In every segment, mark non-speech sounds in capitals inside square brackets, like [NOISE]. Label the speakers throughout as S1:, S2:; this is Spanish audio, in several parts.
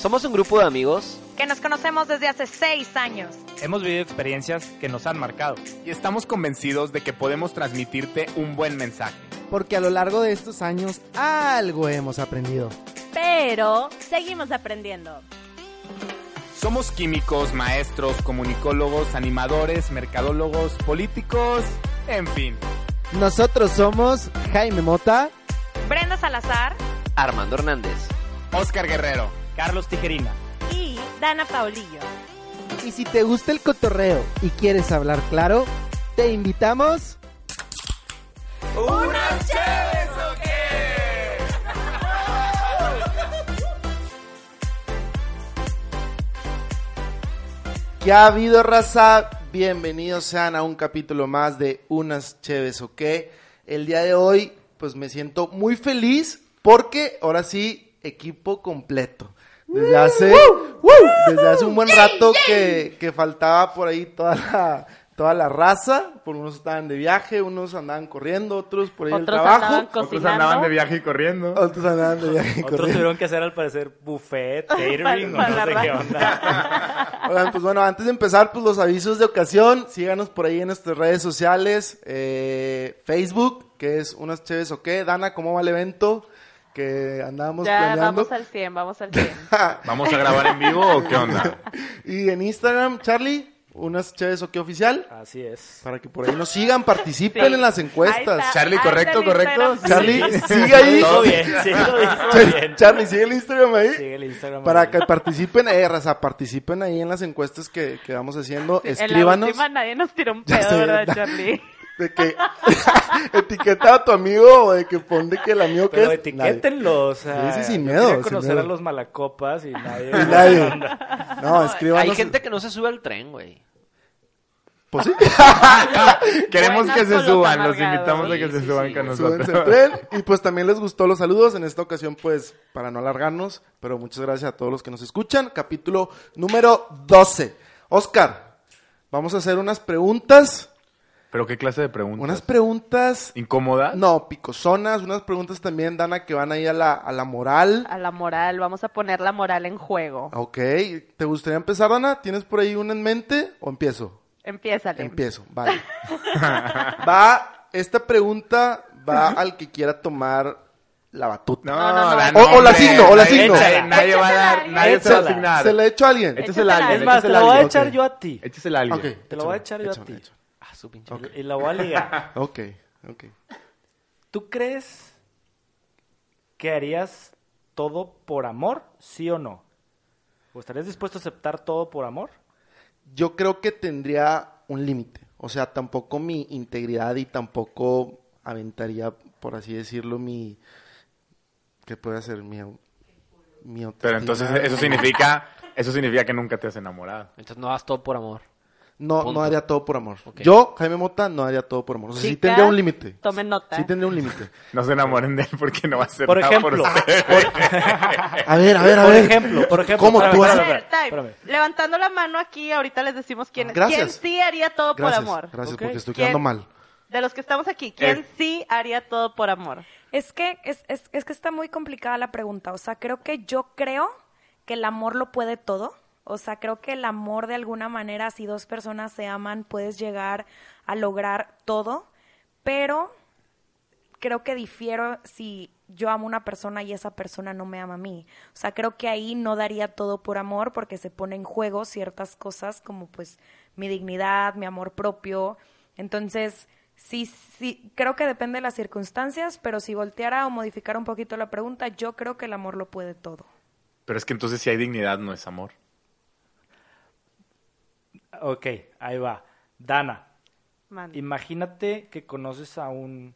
S1: Somos un grupo de amigos
S2: que nos conocemos desde hace seis años.
S3: Hemos vivido experiencias que nos han marcado.
S4: Y estamos convencidos de que podemos transmitirte un buen mensaje.
S5: Porque a lo largo de estos años algo hemos aprendido.
S6: Pero seguimos aprendiendo.
S4: Somos químicos, maestros, comunicólogos, animadores, mercadólogos, políticos, en fin.
S5: Nosotros somos Jaime Mota,
S2: Brenda Salazar,
S1: Armando Hernández.
S4: Oscar Guerrero.
S3: Carlos Tijerina.
S6: Y Dana Paulillo.
S5: y si te gusta el cotorreo y quieres hablar claro, te invitamos.
S4: ¡Unas chéves o
S7: ¿Qué ha habido, raza? Bienvenidos sean a un capítulo más de Unas Cheves, ¿ok? El día de hoy, pues me siento muy feliz porque ahora sí, equipo completo. Desde hace, desde hace un buen rato que, que faltaba por ahí toda la, toda la raza. Por unos estaban de viaje, unos andaban corriendo, otros por ahí el
S6: Otros
S7: trabajo.
S6: andaban
S4: Otros
S6: cocinando.
S4: andaban de viaje y corriendo.
S7: Otros andaban de [LAUGHS] viaje
S3: Otros
S7: corriendo.
S3: tuvieron que hacer al parecer [LAUGHS] buffet, catering, o
S6: Para-
S3: no sé
S6: para
S3: qué
S6: la-
S3: onda.
S7: Oigan, pues bueno, antes de empezar, pues los avisos de ocasión, síganos por ahí en nuestras redes sociales, eh, Facebook, que es unas chéves o qué, Dana, ¿cómo va el evento? Que andábamos
S2: Ya
S7: planeando.
S2: vamos al 100, vamos al 100.
S4: ¿Vamos a grabar en vivo o qué onda?
S7: y en Instagram, Charlie, unas chéves o qué oficial,
S3: Así es.
S7: para que por ahí nos sigan, participen
S2: Sí.
S7: en las
S2: Ahí
S7: encuestas.
S4: [LAUGHS]
S2: está.
S4: Charlie,
S2: Ahí
S4: ¿correcto,
S2: está el
S4: correcto?
S2: Instagram.
S7: Charlie,
S4: [LAUGHS]
S7: sigue ahí.
S3: Todo bien, sí, lo hizo
S7: Char-
S3: bien.
S7: Charlie, sigue el Instagram ahí.
S3: Sigue el Instagram.
S7: Para
S3: ahí.
S7: que participen, eh, raza, participen ahí en las encuestas que, que vamos haciendo.
S2: En la
S7: Escríbanos.
S2: última nadie nos tiró un [LAUGHS]
S7: Ya
S2: pedo,
S7: sé,
S2: ¿verdad,
S7: ¿verdad?
S2: Charlie?
S7: De que [LAUGHS] etiqueta a tu amigo o de que pon de que el amigo que
S3: Pero
S7: es. nadie.
S3: etiquétenlos. a-
S7: Sí, sí, sin
S3: yo
S7: miedo,
S3: quería
S7: sin
S3: conocer
S7: miedo.
S3: a los malacopas y nadie.
S7: Y nadie. No, escríbanos.
S1: Hay gente que no se sube al tren, güey.
S7: Pues sí,
S4: Queremos
S2: Buenas
S4: que se
S2: con los
S4: suban, los
S2: amargados.
S4: invitamos a que
S1: Sí,
S4: se
S1: sí,
S4: suban
S1: sí.
S4: con
S7: súbanse al
S4: nosotros.
S7: tren. Y pues también les gustó los saludos. En esta ocasión, pues, para no alargarnos, pero muchas gracias a todos los que nos escuchan. Capítulo número 12. Oscar, vamos a hacer unas preguntas.
S4: [LAUGHS] ¿Pero qué clase de preguntas?
S7: Unas preguntas.
S4: ¿Incómodas?
S7: No, picosonas, unas preguntas también, Dana, que van ahí a la, a la moral.
S2: [LAUGHS] A la moral, vamos a poner la moral en juego.
S7: Ok, ¿te gustaría empezar, Dana? ¿Tienes por ahí una en mente o empiezo?
S2: Empiézale.
S7: Empiezo, vale. va, esta pregunta va al que quiera tomar la batuta.
S2: No, no, no.
S4: Dana,
S7: O- o la
S4: hombre,
S7: signo, o la
S4: nadie-
S7: signo.
S4: Nadie, nadie va a dar,
S2: Échala.
S4: nadie se va a
S3: Échala.
S4: asignar.
S7: ¿Se la he hecho a alguien?
S2: Este
S4: Échasela a alguien,
S3: Es más, te
S7: échasela
S3: la
S7: a
S3: voy a
S7: alguien,
S3: echar
S7: ok.
S3: yo a ti.
S4: Échasela a alguien.
S7: Ok.
S3: Te la voy a echar
S7: Échala,
S3: yo a
S7: échala,
S3: ti.
S7: échala.
S1: Ah, su pinche.
S7: Ok.
S1: madre.
S3: Y la voy a ligar.
S7: Ok, ok.
S3: ¿Tú crees que harías todo por amor, sí o no? ¿O estarías dispuesto a aceptar todo por amor?
S7: Yo creo que tendría un límite. O sea, tampoco mi integridad y tampoco aventaría, por así decirlo, mi... ¿Qué puede hacer mi... au- mi
S4: Pero
S7: autoestima.
S4: entonces eso significa, eso significa que nunca te has enamorado.
S1: Entonces no das todo por amor.
S7: No,
S1: Punto.
S7: no haría todo por amor.
S1: Ok.
S7: Yo, Jaime Mota, no haría todo por amor. O sea, sí
S2: Chicas,
S7: tendría un límite.
S2: Tomen nota.
S7: Sí tendría un límite.
S4: No se enamoren de él porque no va a ser
S3: Por
S4: nada
S3: ejemplo.
S4: por usted.
S7: A ver, a ver, a
S3: Por
S7: ver.
S3: ejemplo, por ejemplo,
S7: ¿Cómo
S3: espérame,
S7: tú
S2: A
S7: haces?
S3: espérame,
S2: ver, time.
S3: espérame.
S2: Levantando la mano aquí, ahorita les decimos quién,
S7: Gracias.
S2: quién sí haría todo
S7: Gracias,
S2: por amor.
S7: gracias,
S3: ¿ok?
S7: porque estoy
S2: ¿Quién?
S7: quedando mal.
S2: De los que estamos aquí, ¿quién
S4: Eh.
S2: sí haría todo por amor?
S8: Es que, es, es- es que está muy complicada la pregunta. O sea, creo que yo creo que el amor lo puede todo. O sea, creo que el amor de alguna manera, si dos personas se aman, puedes llegar a lograr todo. Pero creo que difiero si yo amo a una persona y esa persona no me ama a mí. O sea, creo que ahí no daría todo por amor porque se pone en juego ciertas cosas como pues mi dignidad, mi amor propio. Entonces, sí, sí, creo que depende de las circunstancias, pero si volteara o modificara un poquito la pregunta, yo creo que el amor lo puede todo.
S4: [LAUGHS] Pero es que entonces si hay dignidad no es amor.
S3: Ok, ahí va. Dana,
S2: Mande.
S3: imagínate que conoces a un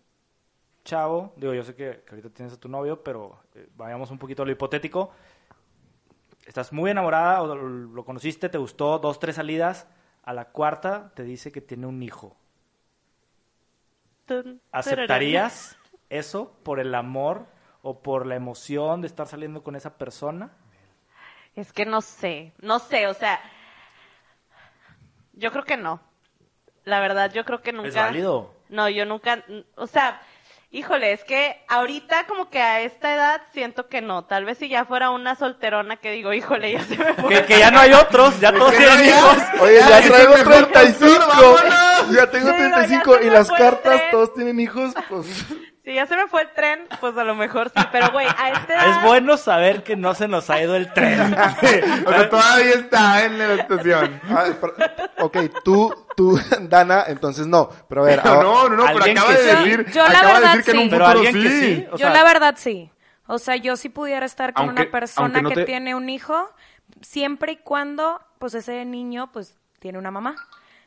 S3: chavo. Digo, yo sé que, que ahorita tienes a tu novio, pero eh, vayamos un poquito a lo hipotético. Estás muy enamorada, o lo, lo conociste, te gustó, dos, tres salidas. A la cuarta te dice que tiene un hijo.
S2: Tun,
S3: ¿Aceptarías eso por el amor o por la emoción de estar saliendo con esa persona?
S2: tararán. Es que no sé, no sé, o sea, yo creo que no. La verdad, yo creo que nunca.
S3: Es válido.
S2: No, yo nunca, o sea, Híjole, es que ahorita como que a esta edad siento que no. Tal vez si ya fuera una solterona que digo, híjole, ya se me fue.
S3: Que, que ya no hay otros, [LAUGHS] ya todos tienen hijos.
S7: Oye, ya traigo
S4: me fue el
S7: 35. Ya tengo
S2: Sí, pero ya
S7: 35
S2: se
S7: y
S2: me
S7: las
S2: fue el
S7: cartas,
S2: tren.
S7: todos tienen hijos. Pues,
S2: [LAUGHS] Si ya se me fue el tren, pues a lo mejor sí. Pero güey, a esta
S3: [LAUGHS]
S2: edad...
S3: Es bueno saber que no se nos ha ido el [LAUGHS] tren.
S4: o sea, todavía está en la estación.
S7: ah, pero- ok, tú, tú, Dana, entonces no. Pero a ver,
S4: No,
S7: ahora-
S4: no, no, pero
S3: Alguien
S4: acaba de
S3: que
S8: sí.
S4: decir,
S8: Yo la
S4: acaba de
S8: verdad
S4: decir que en un
S8: sí.
S3: Pero
S4: futuro
S3: alguien
S4: sí.
S3: que sí. [LAUGHS] O
S8: yo
S3: sea,
S8: la verdad sí. O sea, yo sí pudiera estar con
S4: Aunque-
S8: una persona
S4: aunque no
S8: que
S4: te-
S8: tiene un hijo, siempre y cuando, pues ese niño, pues tiene una mamá.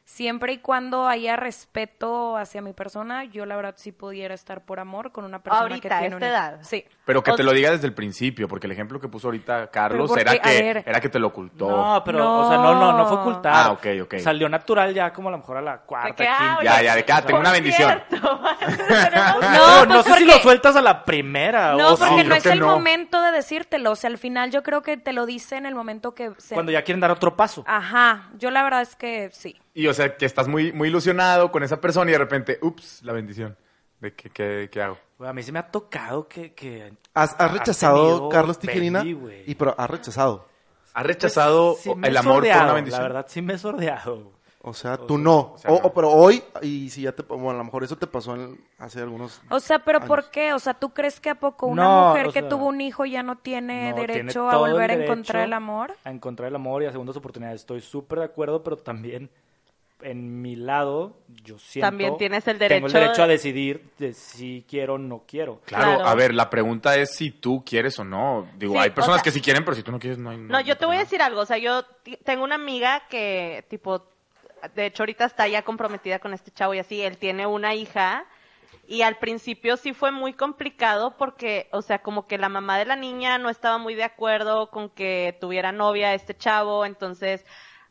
S8: Siempre y cuando haya respeto hacia mi persona, yo la verdad sí pudiera estar por amor con una persona que
S2: Ahorita, a
S8: tiene un
S2: esta
S8: hijo.
S2: edad.
S8: Sí.
S4: Pero que
S2: O-
S4: te lo diga desde el principio, porque el ejemplo que puso ahorita Carlos
S8: Pero
S4: era
S8: porque, a
S4: que
S8: ver.
S4: era que te lo ocultó.
S3: No, pero, o sea, no, no, no fue ocultar.
S4: Ah, ok, ok.
S3: Salió natural ya como a lo mejor a la cuarta,
S2: De que, ah,
S3: quinta.
S4: ya, ya, de cada, tengo una
S2: Por
S4: bendición.
S2: cierto, [LAUGHS] tenemos-
S3: Pero
S8: No,
S3: Ah, no
S8: pues
S3: sé si
S8: porque-
S3: lo sueltas a la primera
S8: No,
S3: o sí,
S8: porque no
S4: creo
S8: es
S4: que
S8: el
S4: no.
S8: momento de decírtelo. O sea, al final yo creo que te lo dice en el momento que se...
S3: cuando ya quieren dar otro paso.
S8: Ajá, yo la verdad es que sí.
S4: Y o sea, que estás muy, muy ilusionado con esa persona y de repente, ups, la bendición. ¿De qué, qué, qué hago?
S3: Güey, a mí se me ha tocado que... que
S7: ¿has, has
S3: ha
S7: rechazado,
S3: tenido-
S7: Carlos Tijerina?
S3: Perdí, güey.
S7: y pero has rechazado.
S4: ¿Has rechazado
S3: Pues, Sí me
S4: el
S3: he
S4: amor por
S3: sordeado,
S4: una bendición?
S3: La verdad, sí me he sordeado.
S7: O sea, tú no.
S4: o sea,
S7: O-
S4: no.
S7: o- pero hoy, y si ya te. Bueno, a lo mejor eso te pasó en- hace algunos.
S8: O sea, pero
S7: años.
S8: ¿por qué? O sea, ¿tú crees que a poco una
S3: No,
S8: mujer
S3: o
S8: que
S3: sea,
S8: tuvo un hijo ya no tiene
S3: No, tiene
S8: derecho a
S3: todo el
S8: volver a
S3: derecho
S8: encontrar el amor?
S3: A encontrar el amor y a segundas oportunidades. Estoy súper de acuerdo, pero también en mi lado, yo siento...
S2: También tienes el
S3: Tengo el
S2: derecho-
S3: derecho a decidir de si quiero o no quiero.
S4: Claro,
S2: Claro.
S4: a ver, la pregunta es si tú quieres o no. Digo,
S2: Sí,
S4: hay personas
S2: o sea-
S4: que sí quieren, pero si tú no quieres, no hay.
S2: No, yo te
S4: pasa
S2: voy a
S4: nada.
S2: decir algo. O sea, yo ti- tengo una amiga que, tipo, de hecho ahorita está ya comprometida con este chavo y así. Él tiene una hija y al principio sí fue muy complicado porque, o sea, como que la mamá de la niña no estaba muy de acuerdo con que tuviera novia este chavo, entonces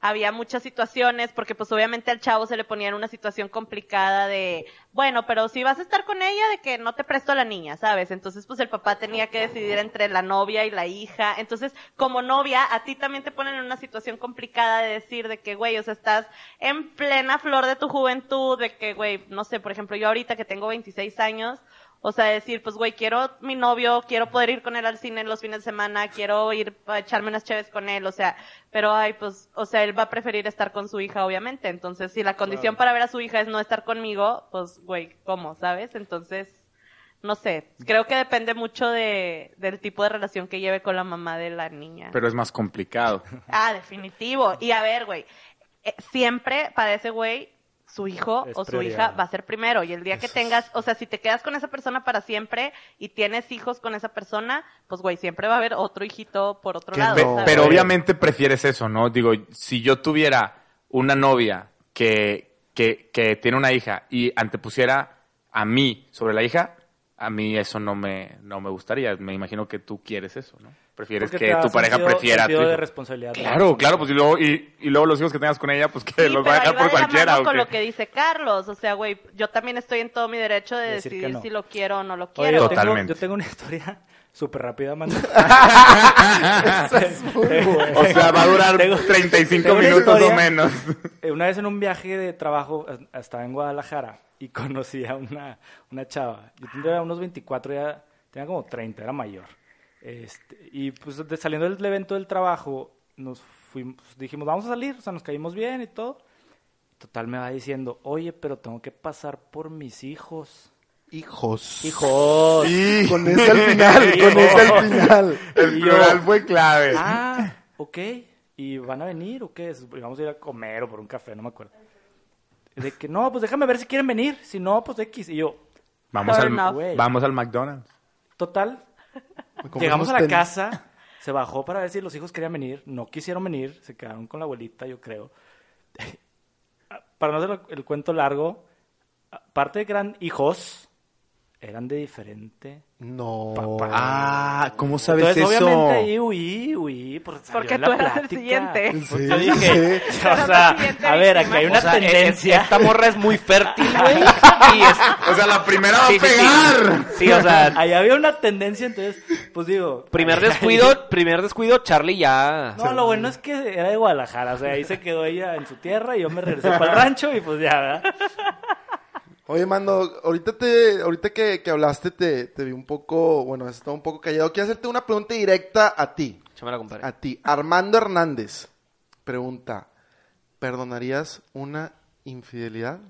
S2: había muchas situaciones porque pues obviamente al chavo se le ponía en una situación complicada de, bueno, pero si vas a estar con ella de que no te presto a la niña, ¿sabes? Entonces pues el papá tenía que decidir entre la novia y la hija. Entonces, como novia, a ti también te ponen en una situación complicada de decir de que, güey, o sea, estás en plena flor de tu juventud, de que, güey, no sé, por ejemplo, yo ahorita que tengo 26 años, o sea, decir, pues, güey, quiero mi novio, quiero poder ir con él al cine los fines de semana, quiero ir a echarme unas chéves con él, o sea, pero, ay, pues, o sea, él va a preferir estar con su hija, obviamente. Entonces, si la condición para ver a su hija es no estar conmigo, pues, güey, ¿cómo? ¿Sabes? Entonces, no sé, creo que depende mucho de, del tipo de relación que lleve con la mamá de la niña.
S4: Pero es más complicado.
S2: Ah, definitivo. Y a ver, güey, eh, siempre para ese güey, su hijo
S3: Es
S2: o su
S3: prioridad.
S2: hija va a ser primero. Y el día que tengas, o sea, si te quedas con esa persona para siempre y tienes hijos con esa persona, pues, güey, siempre va a haber otro hijito por otro
S7: Que
S2: lado.
S7: no.
S2: ¿sabes?
S4: Pero obviamente prefieres eso, ¿no? Digo, si yo tuviera una novia que, que, que tiene una hija y antepusiera a mí sobre la hija, a mí eso no me, no me gustaría. Me imagino que tú quieres eso, ¿no? Prefieres
S3: Porque
S4: que
S3: te da
S4: tu pareja
S3: sentido-
S4: prefiera a tu
S3: sentido de
S4: hijo.
S3: responsabilidad.
S4: Claro, claro, pues y luego, y, y luego los hijos que tengas con ella, pues que
S2: Sí,
S4: los va a
S2: pero
S4: dejar
S2: ahí va
S4: por
S2: de la
S4: cualquiera.
S2: mano
S4: ¿o
S2: con
S4: qué? [LAUGHS]
S2: lo que dice Carlos. O sea, güey, yo también estoy en todo mi derecho de
S3: Decir que
S2: decidir
S3: no.
S2: si lo quiero o no lo
S3: Oye,
S2: quiero.
S3: yo tengo,
S4: Totalmente.
S3: yo tengo una historia [LAUGHS] súper rápida, man.
S4: [LAUGHS]
S3: [LAUGHS]
S4: O sea, va a durar
S3: Tengo-
S4: 35
S3: tengo una
S4: minutos o
S3: historia.
S4: menos.
S3: Eh, [LAUGHS] Una vez en un viaje de trabajo eh, estaba en Guadalajara y conocí a una, una chava. Yo tendría unos 24, ya tenía como 30, era mayor. Este, y pues de- saliendo del evento del trabajo, nos fuimos, pues, dijimos, vamos a salir, o sea, nos caímos bien y todo. Total me va diciendo, oye, pero tengo que pasar por mis hijos.
S7: Hijos.
S3: Hijos.
S4: Sí.
S7: Con ese al final, [LAUGHS] con ese al final.
S4: El
S3: Y
S4: plural
S3: yo-
S4: fue clave.
S3: Ah, ok. ¿Y van a venir o qué? Es? Vamos a ir a comer o por un café, no me acuerdo. De que no, pues déjame ver si quieren venir. Si no, pues X. Y yo,
S4: Vamos
S2: Fair
S4: al,
S2: enough.
S3: Güey.
S4: vamos al McDonald's.
S3: total.
S7: Me compré
S3: Llegamos a
S7: unos
S3: la
S7: tenis.
S3: casa, se bajó para ver si los hijos querían venir. No quisieron venir, se quedaron con la abuelita, yo creo. [LAUGHS] Para no hacer el cuento largo, aparte de que eran hijos, eran de diferente.
S7: No.
S3: Papá.
S4: Ah, ¿cómo sabes
S3: Entonces,
S4: eso?
S3: obviamente ahí huí, huí. Por, salió
S2: Porque
S3: la
S2: tú eras el
S3: plática.
S2: siguiente.
S7: Sí,
S3: Pues
S1: pues,
S3: Yo dije,
S7: sí.
S3: [LAUGHS] o sea, a ver, aquí hay una tendencia.
S1: e- Esta morra es muy fértil,
S3: [LAUGHS]
S1: güey. Y es...
S4: O sea, la primera va
S1: Sí,
S4: a
S1: sí, sí.
S4: pegar.
S1: Sí, o sea,
S3: [LAUGHS] Ahí había una tendencia, entonces, pues digo.
S1: primer descuido, primer descuido, Charlie ya.
S3: No, lo bueno es que era de Guadalajara, o sea, ahí se quedó ella en su tierra y yo me regresé para el rancho y pues ya, ¿verdad?
S7: Oye, Mando, ahorita te, ahorita que, que hablaste te, te vi un poco, bueno, estaba un poco callado. Quiero hacerte una pregunta directa a ti.
S1: Échame la compadre.
S3: Ah.
S7: A ti. Armando Hernández pregunta, ¿perdonarías una infidelidad?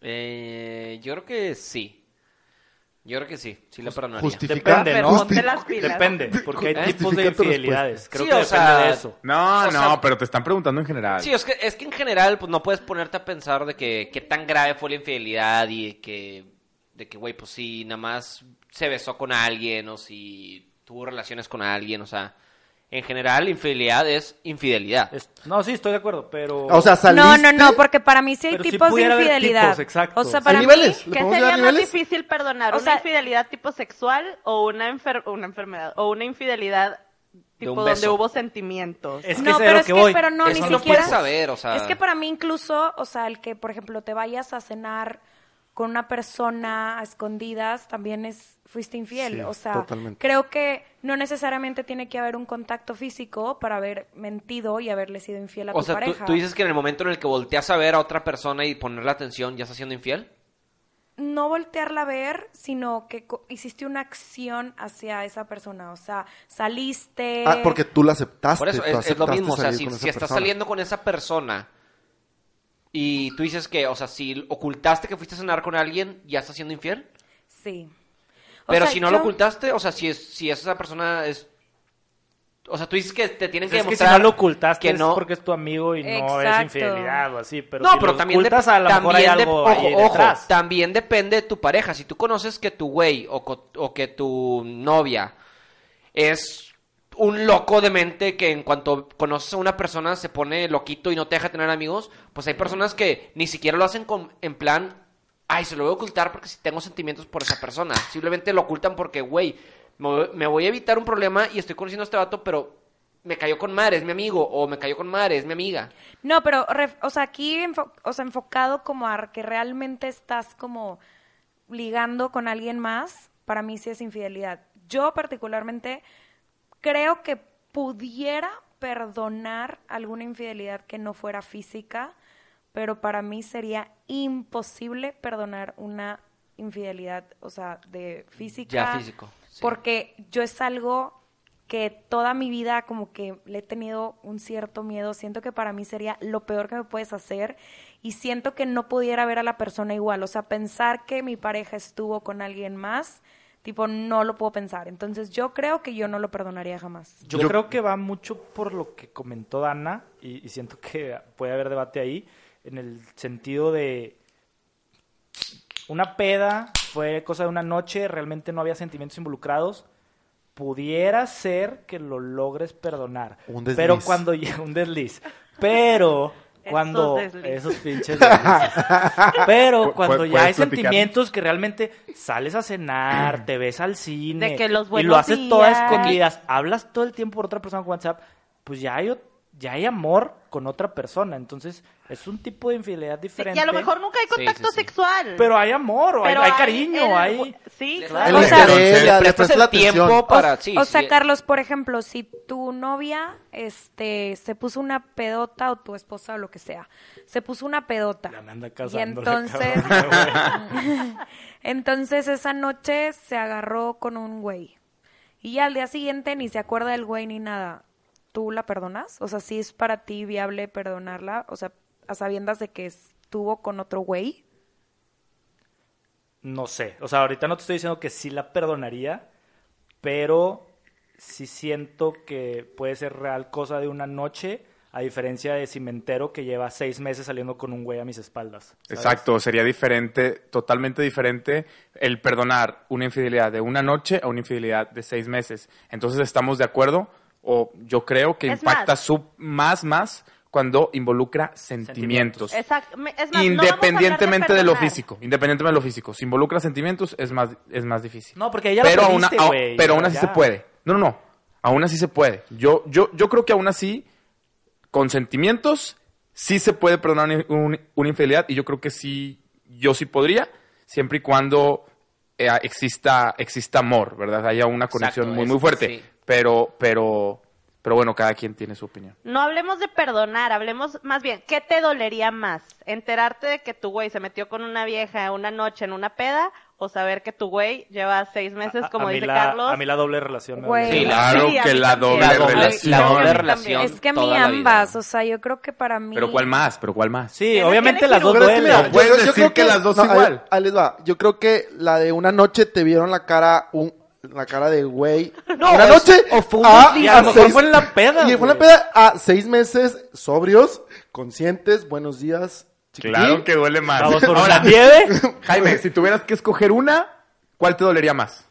S1: Eh, yo creo que sí. Yo creo que sí. Sí la perdonaría.
S7: justifica-
S3: Depende, ¿no?
S2: Ponte las pilas.
S3: Depende, porque hay
S1: ¿Eh?
S3: tipos de
S7: Justifica tu
S3: infidelidades. Creo
S1: Sí,
S3: que
S1: o
S3: depende
S1: sea,
S3: de eso.
S4: No,
S1: O
S4: no,
S1: sea-
S4: pero te están preguntando en general.
S1: Sí, es que, es que en general pues no puedes ponerte a pensar de que qué tan grave fue la infidelidad y de que, de que, güey, pues si nada más se besó con alguien o si tuvo relaciones con alguien, o sea, en general infidelidad es infidelidad.
S3: Es- No, sí, estoy de acuerdo, pero...
S7: O sea,
S8: No, no,
S7: saliste...
S8: no, porque para mí sí hay
S3: Pero sí
S8: tipos de
S3: pudiera haber
S8: infidelidad.
S3: tipos, exacto.
S8: O sea,
S3: Sí.
S8: para
S7: ¿Hay
S8: mí
S7: niveles? ¿Le
S2: ¿Qué
S7: podemos
S2: sería
S7: dar
S2: más
S7: niveles?
S2: difícil perdonar?
S8: O
S2: ¿Una
S8: sea-
S2: infidelidad tipo sexual o una, enfer- una enfermedad? ¿O una infidelidad tipo
S1: un
S2: donde
S1: beso.
S2: hubo sentimientos?
S3: Es que
S8: no,
S3: sé de
S8: pero
S3: lo
S8: es
S3: que
S8: que,
S3: voy.
S8: pero no,
S1: Eso
S8: ni
S1: no
S8: siquiera.
S1: puedes saber, o sea.
S8: Es que para mí incluso, o sea, el que, por ejemplo, te vayas a cenar con una persona a escondidas, también es, fuiste infiel.
S7: Sí,
S8: o sea,
S7: totalmente.
S8: creo que no necesariamente tiene que haber un contacto físico para haber mentido y haberle sido infiel a
S1: O
S8: tu
S1: sea, ¿tú,
S8: pareja.
S1: tú dices que en el momento en el que volteas a ver a otra persona y ponerle atención ya estás siendo infiel.
S8: no voltearla a ver, sino que co- hiciste una acción hacia esa persona. O sea, saliste.
S7: Ah, porque tú la aceptaste.
S1: Eh. Por eso
S7: tú
S1: es, es lo
S7: aceptaste
S1: mismo, o sea,
S7: salir
S1: si,
S7: con
S1: si
S7: esa
S1: estás
S7: persona.
S1: saliendo con esa persona y tú dices que, o sea, si ocultaste que fuiste a cenar con alguien, ya estás siendo infiel.
S8: Sí. O
S1: Pero
S8: sea,
S1: si no
S8: yo-
S1: lo ocultaste, o sea, si, es, si esa persona es... O sea, tú dices que te tienen
S3: Es
S1: que
S3: que si
S1: demostrar
S3: no lo ocultaste
S1: que no...
S3: es porque es tu amigo y no es
S8: Exacto.
S3: infidelidad o así, pero
S1: no,
S3: si
S1: pero
S3: lo
S1: también, dep-
S3: ocultas a lo mejor hay
S1: también dep-
S3: algo ahí
S1: ojo, ojo,
S3: detrás.
S1: también depende de tu pareja. Si tú conoces que tu güey o, co- o que tu novia es un loco de mente que en cuanto conoces a una persona se pone loquito y no te deja tener amigos, pues hay personas que ni siquiera lo hacen con- en plan, ay, se lo voy a ocultar porque si tengo sentimientos por esa persona. Simplemente lo ocultan porque, güey, me voy- me voy a evitar un problema y estoy conociendo a este vato, pero me cayó con madre, es mi amigo, o me cayó con madre, es mi amiga.
S8: No, pero, ref- o sea, aquí, enfo- o sea, enfocado como a que realmente estás como ligando con alguien más, para mí sí es infidelidad. Yo particularmente creo que pudiera perdonar alguna infidelidad que no fuera física, pero para mí sería imposible perdonar una infidelidad, o sea, de física.
S1: Ya, físico, sí.
S8: Porque yo es algo que toda mi vida como que le he tenido un cierto miedo, siento que para mí sería lo peor que me puedes hacer y siento que no pudiera ver a la persona igual, o sea, pensar que mi pareja estuvo con alguien más, tipo, no lo puedo pensar, entonces yo creo que yo no lo perdonaría jamás.
S3: Yo, creo que va mucho por lo que comentó Dana y, y siento que puede haber debate ahí en el sentido de una peda fue cosa de una noche, realmente no había sentimientos involucrados. Pudiera ser que lo logres perdonar,
S7: Un
S3: pero
S7: desliz.
S3: cuando [LAUGHS] ya- un desliz, pero
S2: Esos
S3: cuando
S2: deslices.
S3: esos pinches deslices.
S4: [LAUGHS]
S3: pero
S4: Pu-
S3: cuando
S4: pu-
S3: ya hay
S4: puedes platicar.
S3: sentimientos que realmente sales a cenar, te ves al cine
S2: De que los
S3: y lo
S2: buenos
S3: haces toda
S2: días.
S3: escondida días, hablas todo el tiempo por otra persona con WhatsApp, pues ya hay, ot- ya hay amor con otra persona. Entonces, es un tipo de infidelidad
S2: Sí,
S3: diferente.
S2: y a lo mejor nunca hay
S1: Sí,
S2: contacto
S1: sí, sí.
S2: sexual.
S3: Pero hay amor, o hay,
S2: Pero
S3: hay cariño,
S2: el-
S3: hay...
S2: Sí,
S3: Claro.
S2: claro.
S7: El
S8: O sea,
S7: interés,
S1: le
S7: la- le
S1: prestas
S7: prestas la
S1: el tiempo
S7: atención.
S1: para
S8: o,
S1: Ah, sí, eh.
S8: o sea,
S1: sí.
S8: Carlos, por ejemplo, si tu novia este, se puso una pedota o tu esposa o lo que sea, se puso una pedota.
S3: Ya me anda ¿eh,
S8: y
S3: casando la
S8: entonces, [LAUGHS] entonces esa noche se agarró con un güey. Y ya al día siguiente ni se acuerda del güey ni nada. ¿Tú la perdonas? O sea, si es para ti viable perdonarla, o sea, a sabiendas de que estuvo con otro güey.
S3: No sé, o sea, ahorita no te estoy diciendo que sí la perdonaría, pero sí siento que puede ser real cosa de una noche, a diferencia de Cimentero que lleva seis meses saliendo con un güey a mis espaldas. ¿sabes?
S4: Exacto, sería diferente, totalmente diferente el perdonar una infidelidad de una noche a una infidelidad de seis meses. Entonces estamos de acuerdo, o yo creo que
S2: Es
S4: impacta
S2: más.
S4: sub- más, más cuando involucra sentimientos.
S2: Exacto. Me- es más, no vamos a hablar
S4: Independientemente de, lo
S2: perdonar.
S4: físico, independientemente de lo físico, si involucra sentimientos es más, es más difícil.
S3: No, porque ella
S4: pero
S3: la
S4: aún,
S3: perdiste,
S4: a-
S3: güey,
S4: pero aún así
S3: ya.
S4: se puede. No, no, no. Aún así se puede. Yo, yo, yo creo que aún así, con sentimientos, sí se puede perdonar un- un- una infidelidad. Y yo creo que sí, yo sí podría, siempre y cuando eh, exista, exista amor, ¿verdad? Haya una conexión
S1: Exacto,
S4: muy,
S1: es-
S4: muy fuerte.
S1: sí.
S4: Pero, pero, Pero bueno, cada quien tiene su opinión.
S2: No hablemos de perdonar, hablemos más bien, ¿qué te dolería más? ¿Enterarte de que tu güey se metió con una vieja una noche en una peda o saber que tu güey lleva seis meses,
S3: A- a-
S2: como
S3: a mí
S2: dice
S3: la-
S2: Carlos?
S3: A mí la doble relación. me
S8: Güey.
S3: duele.
S8: Sí,
S4: Claro
S2: sí, a
S4: que
S2: mí
S4: la
S2: también.
S4: doble
S1: La doble-
S4: relación.
S1: la doble
S2: a mí
S1: relación.
S2: también.
S8: Es que a mí
S1: toda la vida.
S8: ambas, o sea, yo creo que para mí...
S4: Pero ¿cuál más? ¿Pero cuál más?
S3: Sí,
S2: Tiene-
S3: obviamente
S2: tiene
S3: las
S2: que
S3: dos
S7: Pero es que
S3: duelen.
S7: mira,
S4: No puedes
S7: creo
S4: decir que las dos
S7: no, ahí-
S4: igual.
S7: Ahí, les va. Yo creo que la de una noche te vieron la cara, un, la cara de güey.
S3: [LAUGHS] No,
S7: una
S3: o-
S7: noche. Ah,
S3: o fue un
S7: a,
S3: día, a lo mejor
S7: seis-
S3: fue en la peda,
S7: Y fue en la
S3: güey.
S7: peda a seis meses, sobrios, conscientes, buenos días. chiquitín.
S4: Claro que duele más.
S3: Vamos por
S4: Ahora,
S3: una nieve.
S4: [LAUGHS] Jaime, si tuvieras que escoger una, ¿cuál te dolería más?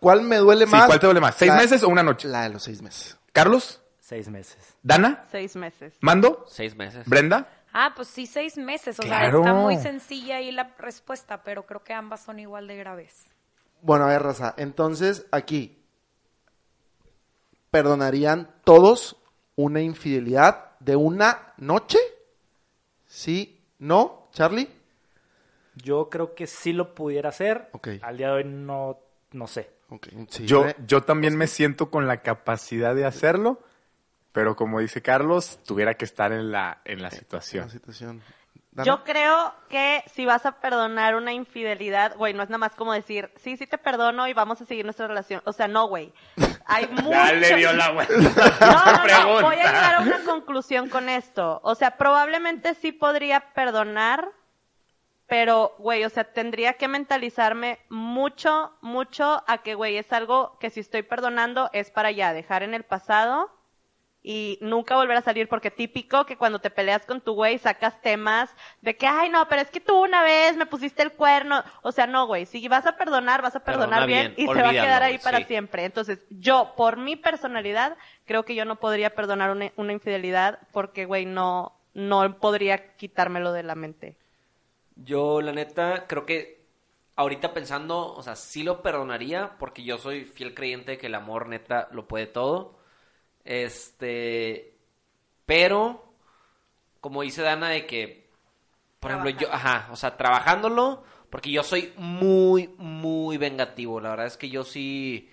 S7: ¿Cuál me duele
S4: Sí,
S7: más?
S4: ¿cuál te duele más? ¿Seis
S7: La-
S4: meses o una noche?
S7: La de los seis meses.
S4: ¿Carlos?
S3: Seis meses.
S4: ¿Dana?
S2: Seis meses.
S4: ¿Mando?
S1: Seis meses.
S4: ¿Brenda?
S8: Ah, pues sí, seis meses. O
S4: Claro.
S8: sea, está muy sencilla ahí la respuesta, pero creo que ambas son igual de graves.
S7: Bueno, a ver, raza. Entonces, aquí. ¿Perdonarían todos una infidelidad de una noche? ¿Sí? ¿No? ¿Charlie?
S3: Yo creo que sí lo pudiera hacer.
S7: Ok.
S3: Al día de hoy no, no sé.
S7: Ok, sí,
S4: Yo,
S7: ¿eh?
S4: yo también me siento con la capacidad de hacerlo, pero como dice Carlos, tuviera que estar en la, en la
S7: La
S4: situación.
S7: situación.
S2: Yo creo que si vas a perdonar una infidelidad, güey, no es nada más como decir, sí, sí te perdono y vamos a seguir nuestra relación. O sea, no, güey.
S4: [LAUGHS]
S2: Hay mucho... [LAUGHS]
S4: vuelta.
S2: No, no, no,
S4: pregunta.
S2: voy a llegar a una conclusión con esto. O sea, probablemente sí podría perdonar, pero, güey, o sea, tendría que mentalizarme mucho, mucho a que, güey, es algo que si estoy perdonando es para ya dejar en el pasado y nunca volver a salir, porque típico que cuando te peleas con tu güey sacas temas de que, ay, no, pero es que tú una vez me pusiste el cuerno. O sea, no, güey, si vas a perdonar, vas a perdonar
S1: Perdona
S2: bien,
S1: bien,
S2: y se va a
S1: olvídalo,
S2: quedar ahí
S1: sí.
S2: para siempre. Entonces, yo, por mi personalidad, creo que yo no podría perdonar una, una infidelidad porque, güey, no, no podría quitármelo de la mente.
S1: Yo, la neta, creo que ahorita pensando, o sea, sí lo perdonaría, porque yo soy fiel creyente de que el amor, neta, lo puede todo. Este. Pero, como dice Dana, de que, por ejemplo, yo, ajá, o sea, trabajándolo, porque yo soy muy, muy vengativo. La verdad es que yo sí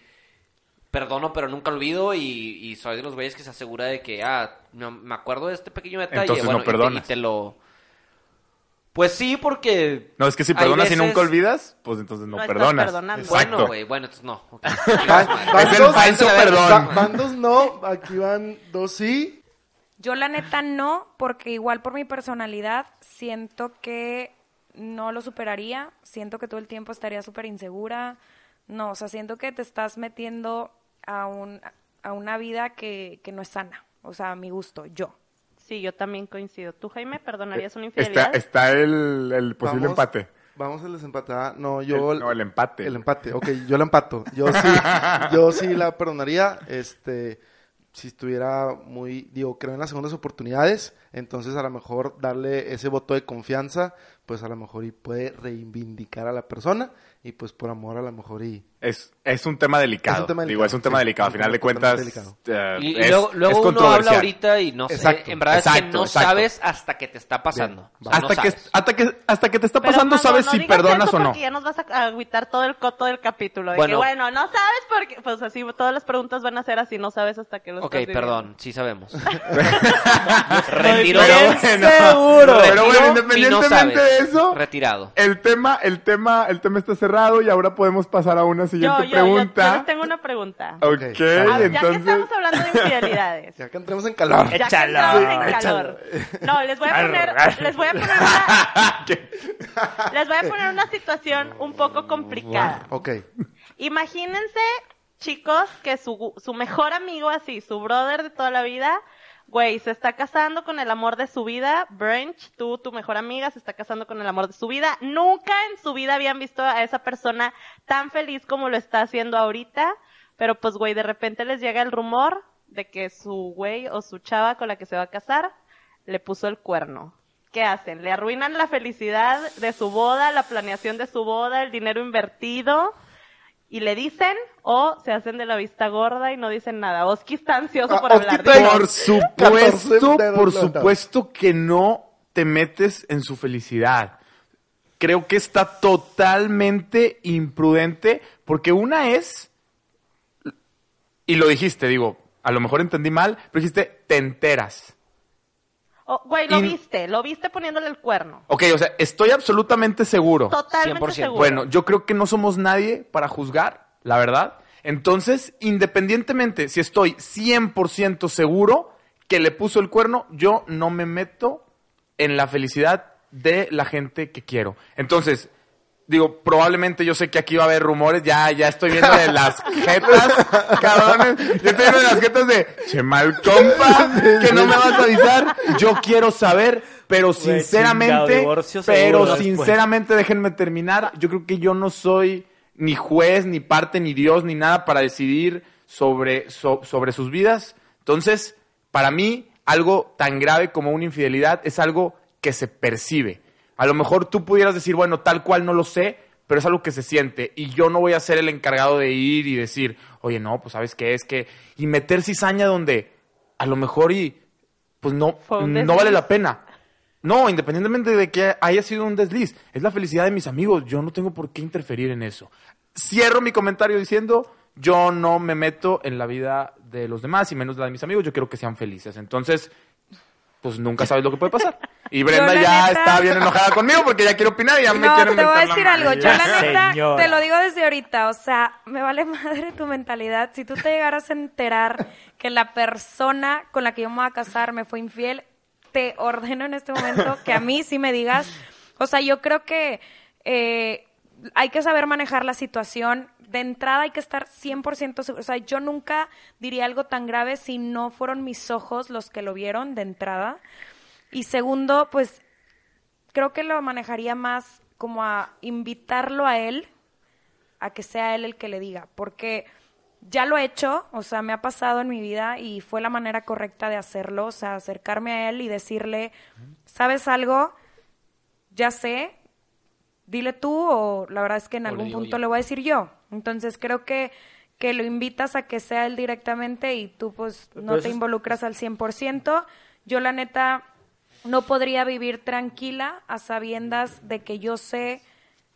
S1: perdono, pero nunca olvido. Y, y soy de los güeyes que se asegura de que, ah, no, me acuerdo de este pequeño detalle.
S4: Entonces no
S1: bueno, y te- Y
S4: perdonas.
S1: te lo. Pues sí, porque.
S4: No, es que si
S1: hay
S4: perdonas y
S1: veces-
S4: nunca olvidas, pues entonces no,
S2: No estás
S4: perdonas.
S2: perdonando.
S1: Bueno,
S4: Exacto.
S1: güey, bueno, entonces no. ok.
S7: Van- van
S4: Es el
S7: dos-
S4: falso
S7: van-
S4: perdón.
S7: va- Van dos no, aquí van dos sí.
S8: Yo la neta no, porque igual por mi personalidad siento que no lo superaría, siento que todo el tiempo estaría súper insegura, no, o sea, siento que te estás metiendo a, un, a una vida que, que no es sana, o sea, a mi gusto, yo.
S2: Sí, yo también coincido. ¿Tú, Jaime, perdonarías una
S4: Eh, Está,
S2: infidelidad?
S4: está el, el posible
S7: Vamos-
S4: empate.
S7: Vamos al desempatada. No, yo.
S4: El- no, el empate.
S7: El empate, ok, yo la empato. Yo
S4: [LAUGHS]
S7: sí, yo sí la perdonaría. Este, si estuviera muy. Digo, creo en las segundas oportunidades. Entonces, a lo mejor darle ese voto de confianza, pues a lo mejor y puede reivindicar a la persona. Y pues por amor, a lo mejor y.
S4: Es, es un tema delicado.
S7: Es un tema
S4: Digo, es un
S7: delicado,
S4: tema
S7: sí.
S4: delicado. Al final de cuentas,
S7: Totalmente delicado.
S4: eh,
S1: Y, y
S4: es,
S1: luego, luego
S4: es
S1: uno habla
S4: controversial.
S1: ahorita y no sé.
S7: Exacto,
S1: en verdad es que
S4: exacto,
S1: no
S4: exacto.
S1: sabes hasta que te está pasando.
S7: Bien,
S1: O sea, no
S4: Hasta, que,
S1: sabes.
S4: hasta, que, hasta que te está
S2: Pero,
S4: pasando,
S2: Pablo,
S4: sabes
S2: no
S4: si
S2: digas
S4: perdonas
S2: eso
S4: o no.
S2: Porque ya nos vas a agüitar todo el coto del capítulo. De
S1: Bueno.
S2: que, bueno, no sabes porque, pues así, todas las preguntas van a ser así, no sabes hasta que los
S1: Ok, perdón, sí sabemos. [LAUGHS]
S4: Pero
S1: Retiro.
S4: bueno, pero bueno,
S1: retiro mi no
S4: independientemente de
S1: sabes.
S4: eso,
S1: Retirado.
S4: el tema, el tema, el tema está cerrado y ahora podemos pasar a una
S2: Yo,
S4: siguiente
S2: yo, yo, yo
S4: pregunta.
S2: les tengo una pregunta.
S4: Ok,
S7: Ok, a ver,
S2: Ah, Ya que
S4: entonces.
S2: estamos hablando de
S4: [LAUGHS]
S2: infidelidades.
S7: Ya que entremos en calor.
S2: Ya que
S3: Échalo,
S2: entramos en
S3: échalo.
S2: calor. No, les voy a poner, les voy a poner
S1: [LAUGHS]
S4: ¿Qué?
S2: una, les voy a poner una situación un poco complicada.
S7: Ok,
S2: Imagínense, chicos, que su, su mejor amigo así, su brother de toda la vida, güey, se está casando con el amor de su vida. Branch, tú, tu mejor amiga, se está casando con el amor de su vida. Nunca en su vida habían visto a esa persona tan feliz como lo está haciendo ahorita. Pero pues, güey, de repente les llega el rumor de que su güey o su chava con la que se va a casar le puso el cuerno. ¿Qué hacen? Le arruinan la felicidad de su boda, la planeación de su boda, el dinero invertido y le dicen o se hacen de la vista gorda y no dicen nada. Oski está ansioso
S7: Ah,
S2: por
S7: Oski
S2: hablar.
S7: trae-
S2: Dinos.
S4: Por
S2: [LAUGHS]
S7: 14
S4: supuesto,
S7: dedos
S4: por
S7: levantados.
S4: supuesto que no te metes en su felicidad. Creo que está totalmente imprudente porque una es, y lo dijiste, digo, a lo mejor entendí mal, pero dijiste, te enteras.
S2: Oh, güey, lo
S4: Y-
S2: viste, lo viste poniéndole el cuerno.
S4: Ok, o sea, estoy absolutamente seguro.
S2: Totalmente
S1: 100%.
S2: seguro.
S4: Bueno, yo creo que no somos nadie para juzgar, la verdad. Entonces, independientemente si estoy 100% seguro que le puso el cuerno, yo no me meto en la felicidad de la gente que quiero. Entonces, digo, probablemente yo sé que aquí va a haber rumores, ya ya estoy viendo de
S3: [LAUGHS]
S4: las jetas, cabrones. Yo estoy viendo de las jetas de, che mal compa, que no me vas a avisar. Yo quiero saber, pero
S3: Güey, chingado
S4: sinceramente,
S3: divorcio seguro
S4: pero
S3: después.
S4: sinceramente Sinceramente, déjenme terminar. Yo creo que yo no soy ni juez, ni parte, ni Dios, ni nada para decidir sobre, so- sobre sus vidas. Entonces, para mí, algo tan grave como una infidelidad es algo que se percibe. A lo mejor tú pudieras decir, bueno, tal cual no lo sé, pero es algo que se siente. Y yo no voy a ser el encargado de ir y decir, oye, no, pues sabes qué es que... Y meter cizaña donde a lo mejor y... Pues no,
S2: Fue un
S4: no vale
S2: desliz.
S4: la pena. No, independientemente de que haya sido un desliz, es la felicidad de mis amigos, yo no tengo por qué interferir en eso. Cierro mi comentario diciendo, yo no me meto en la vida de los demás y menos la de mis amigos, yo quiero que sean felices. Entonces, pues nunca sabes lo que puede pasar.
S8: [LAUGHS]
S4: Y Brenda
S8: la
S4: ya
S8: neta-
S4: está bien enojada conmigo porque ya quiere opinar y ya me
S8: No,
S4: quiere
S8: te voy a
S4: mentar la
S8: decir
S4: madre.
S8: algo. Yo, la neta,
S3: Señora.
S8: te lo digo desde ahorita. O sea, me vale madre tu mentalidad. Si tú te llegaras a enterar que la persona con la que yo me voy a casar me fue infiel, te ordeno en este momento que a mí sí me digas. O sea, yo creo que eh, hay que saber manejar la situación. De entrada hay que estar 100% seguro. O sea, yo nunca diría algo tan grave si no fueron mis ojos los que lo vieron de entrada. Y segundo, pues creo que lo manejaría más como a invitarlo a él a que sea él el que le diga, porque ya lo he hecho, o sea, me ha pasado en mi vida y fue la manera correcta de hacerlo, o sea, acercarme a él y decirle, ¿sabes algo? Ya sé, dile tú o la verdad es que en
S1: O le
S8: algún
S1: digo
S8: punto
S1: yo.
S8: le voy a decir yo. Entonces creo que, que lo invitas a que sea él directamente y tú pues no
S3: Pero eso
S8: te
S3: es-
S8: involucras al 100%. Yo la neta no podría vivir tranquila a sabiendas de que yo sé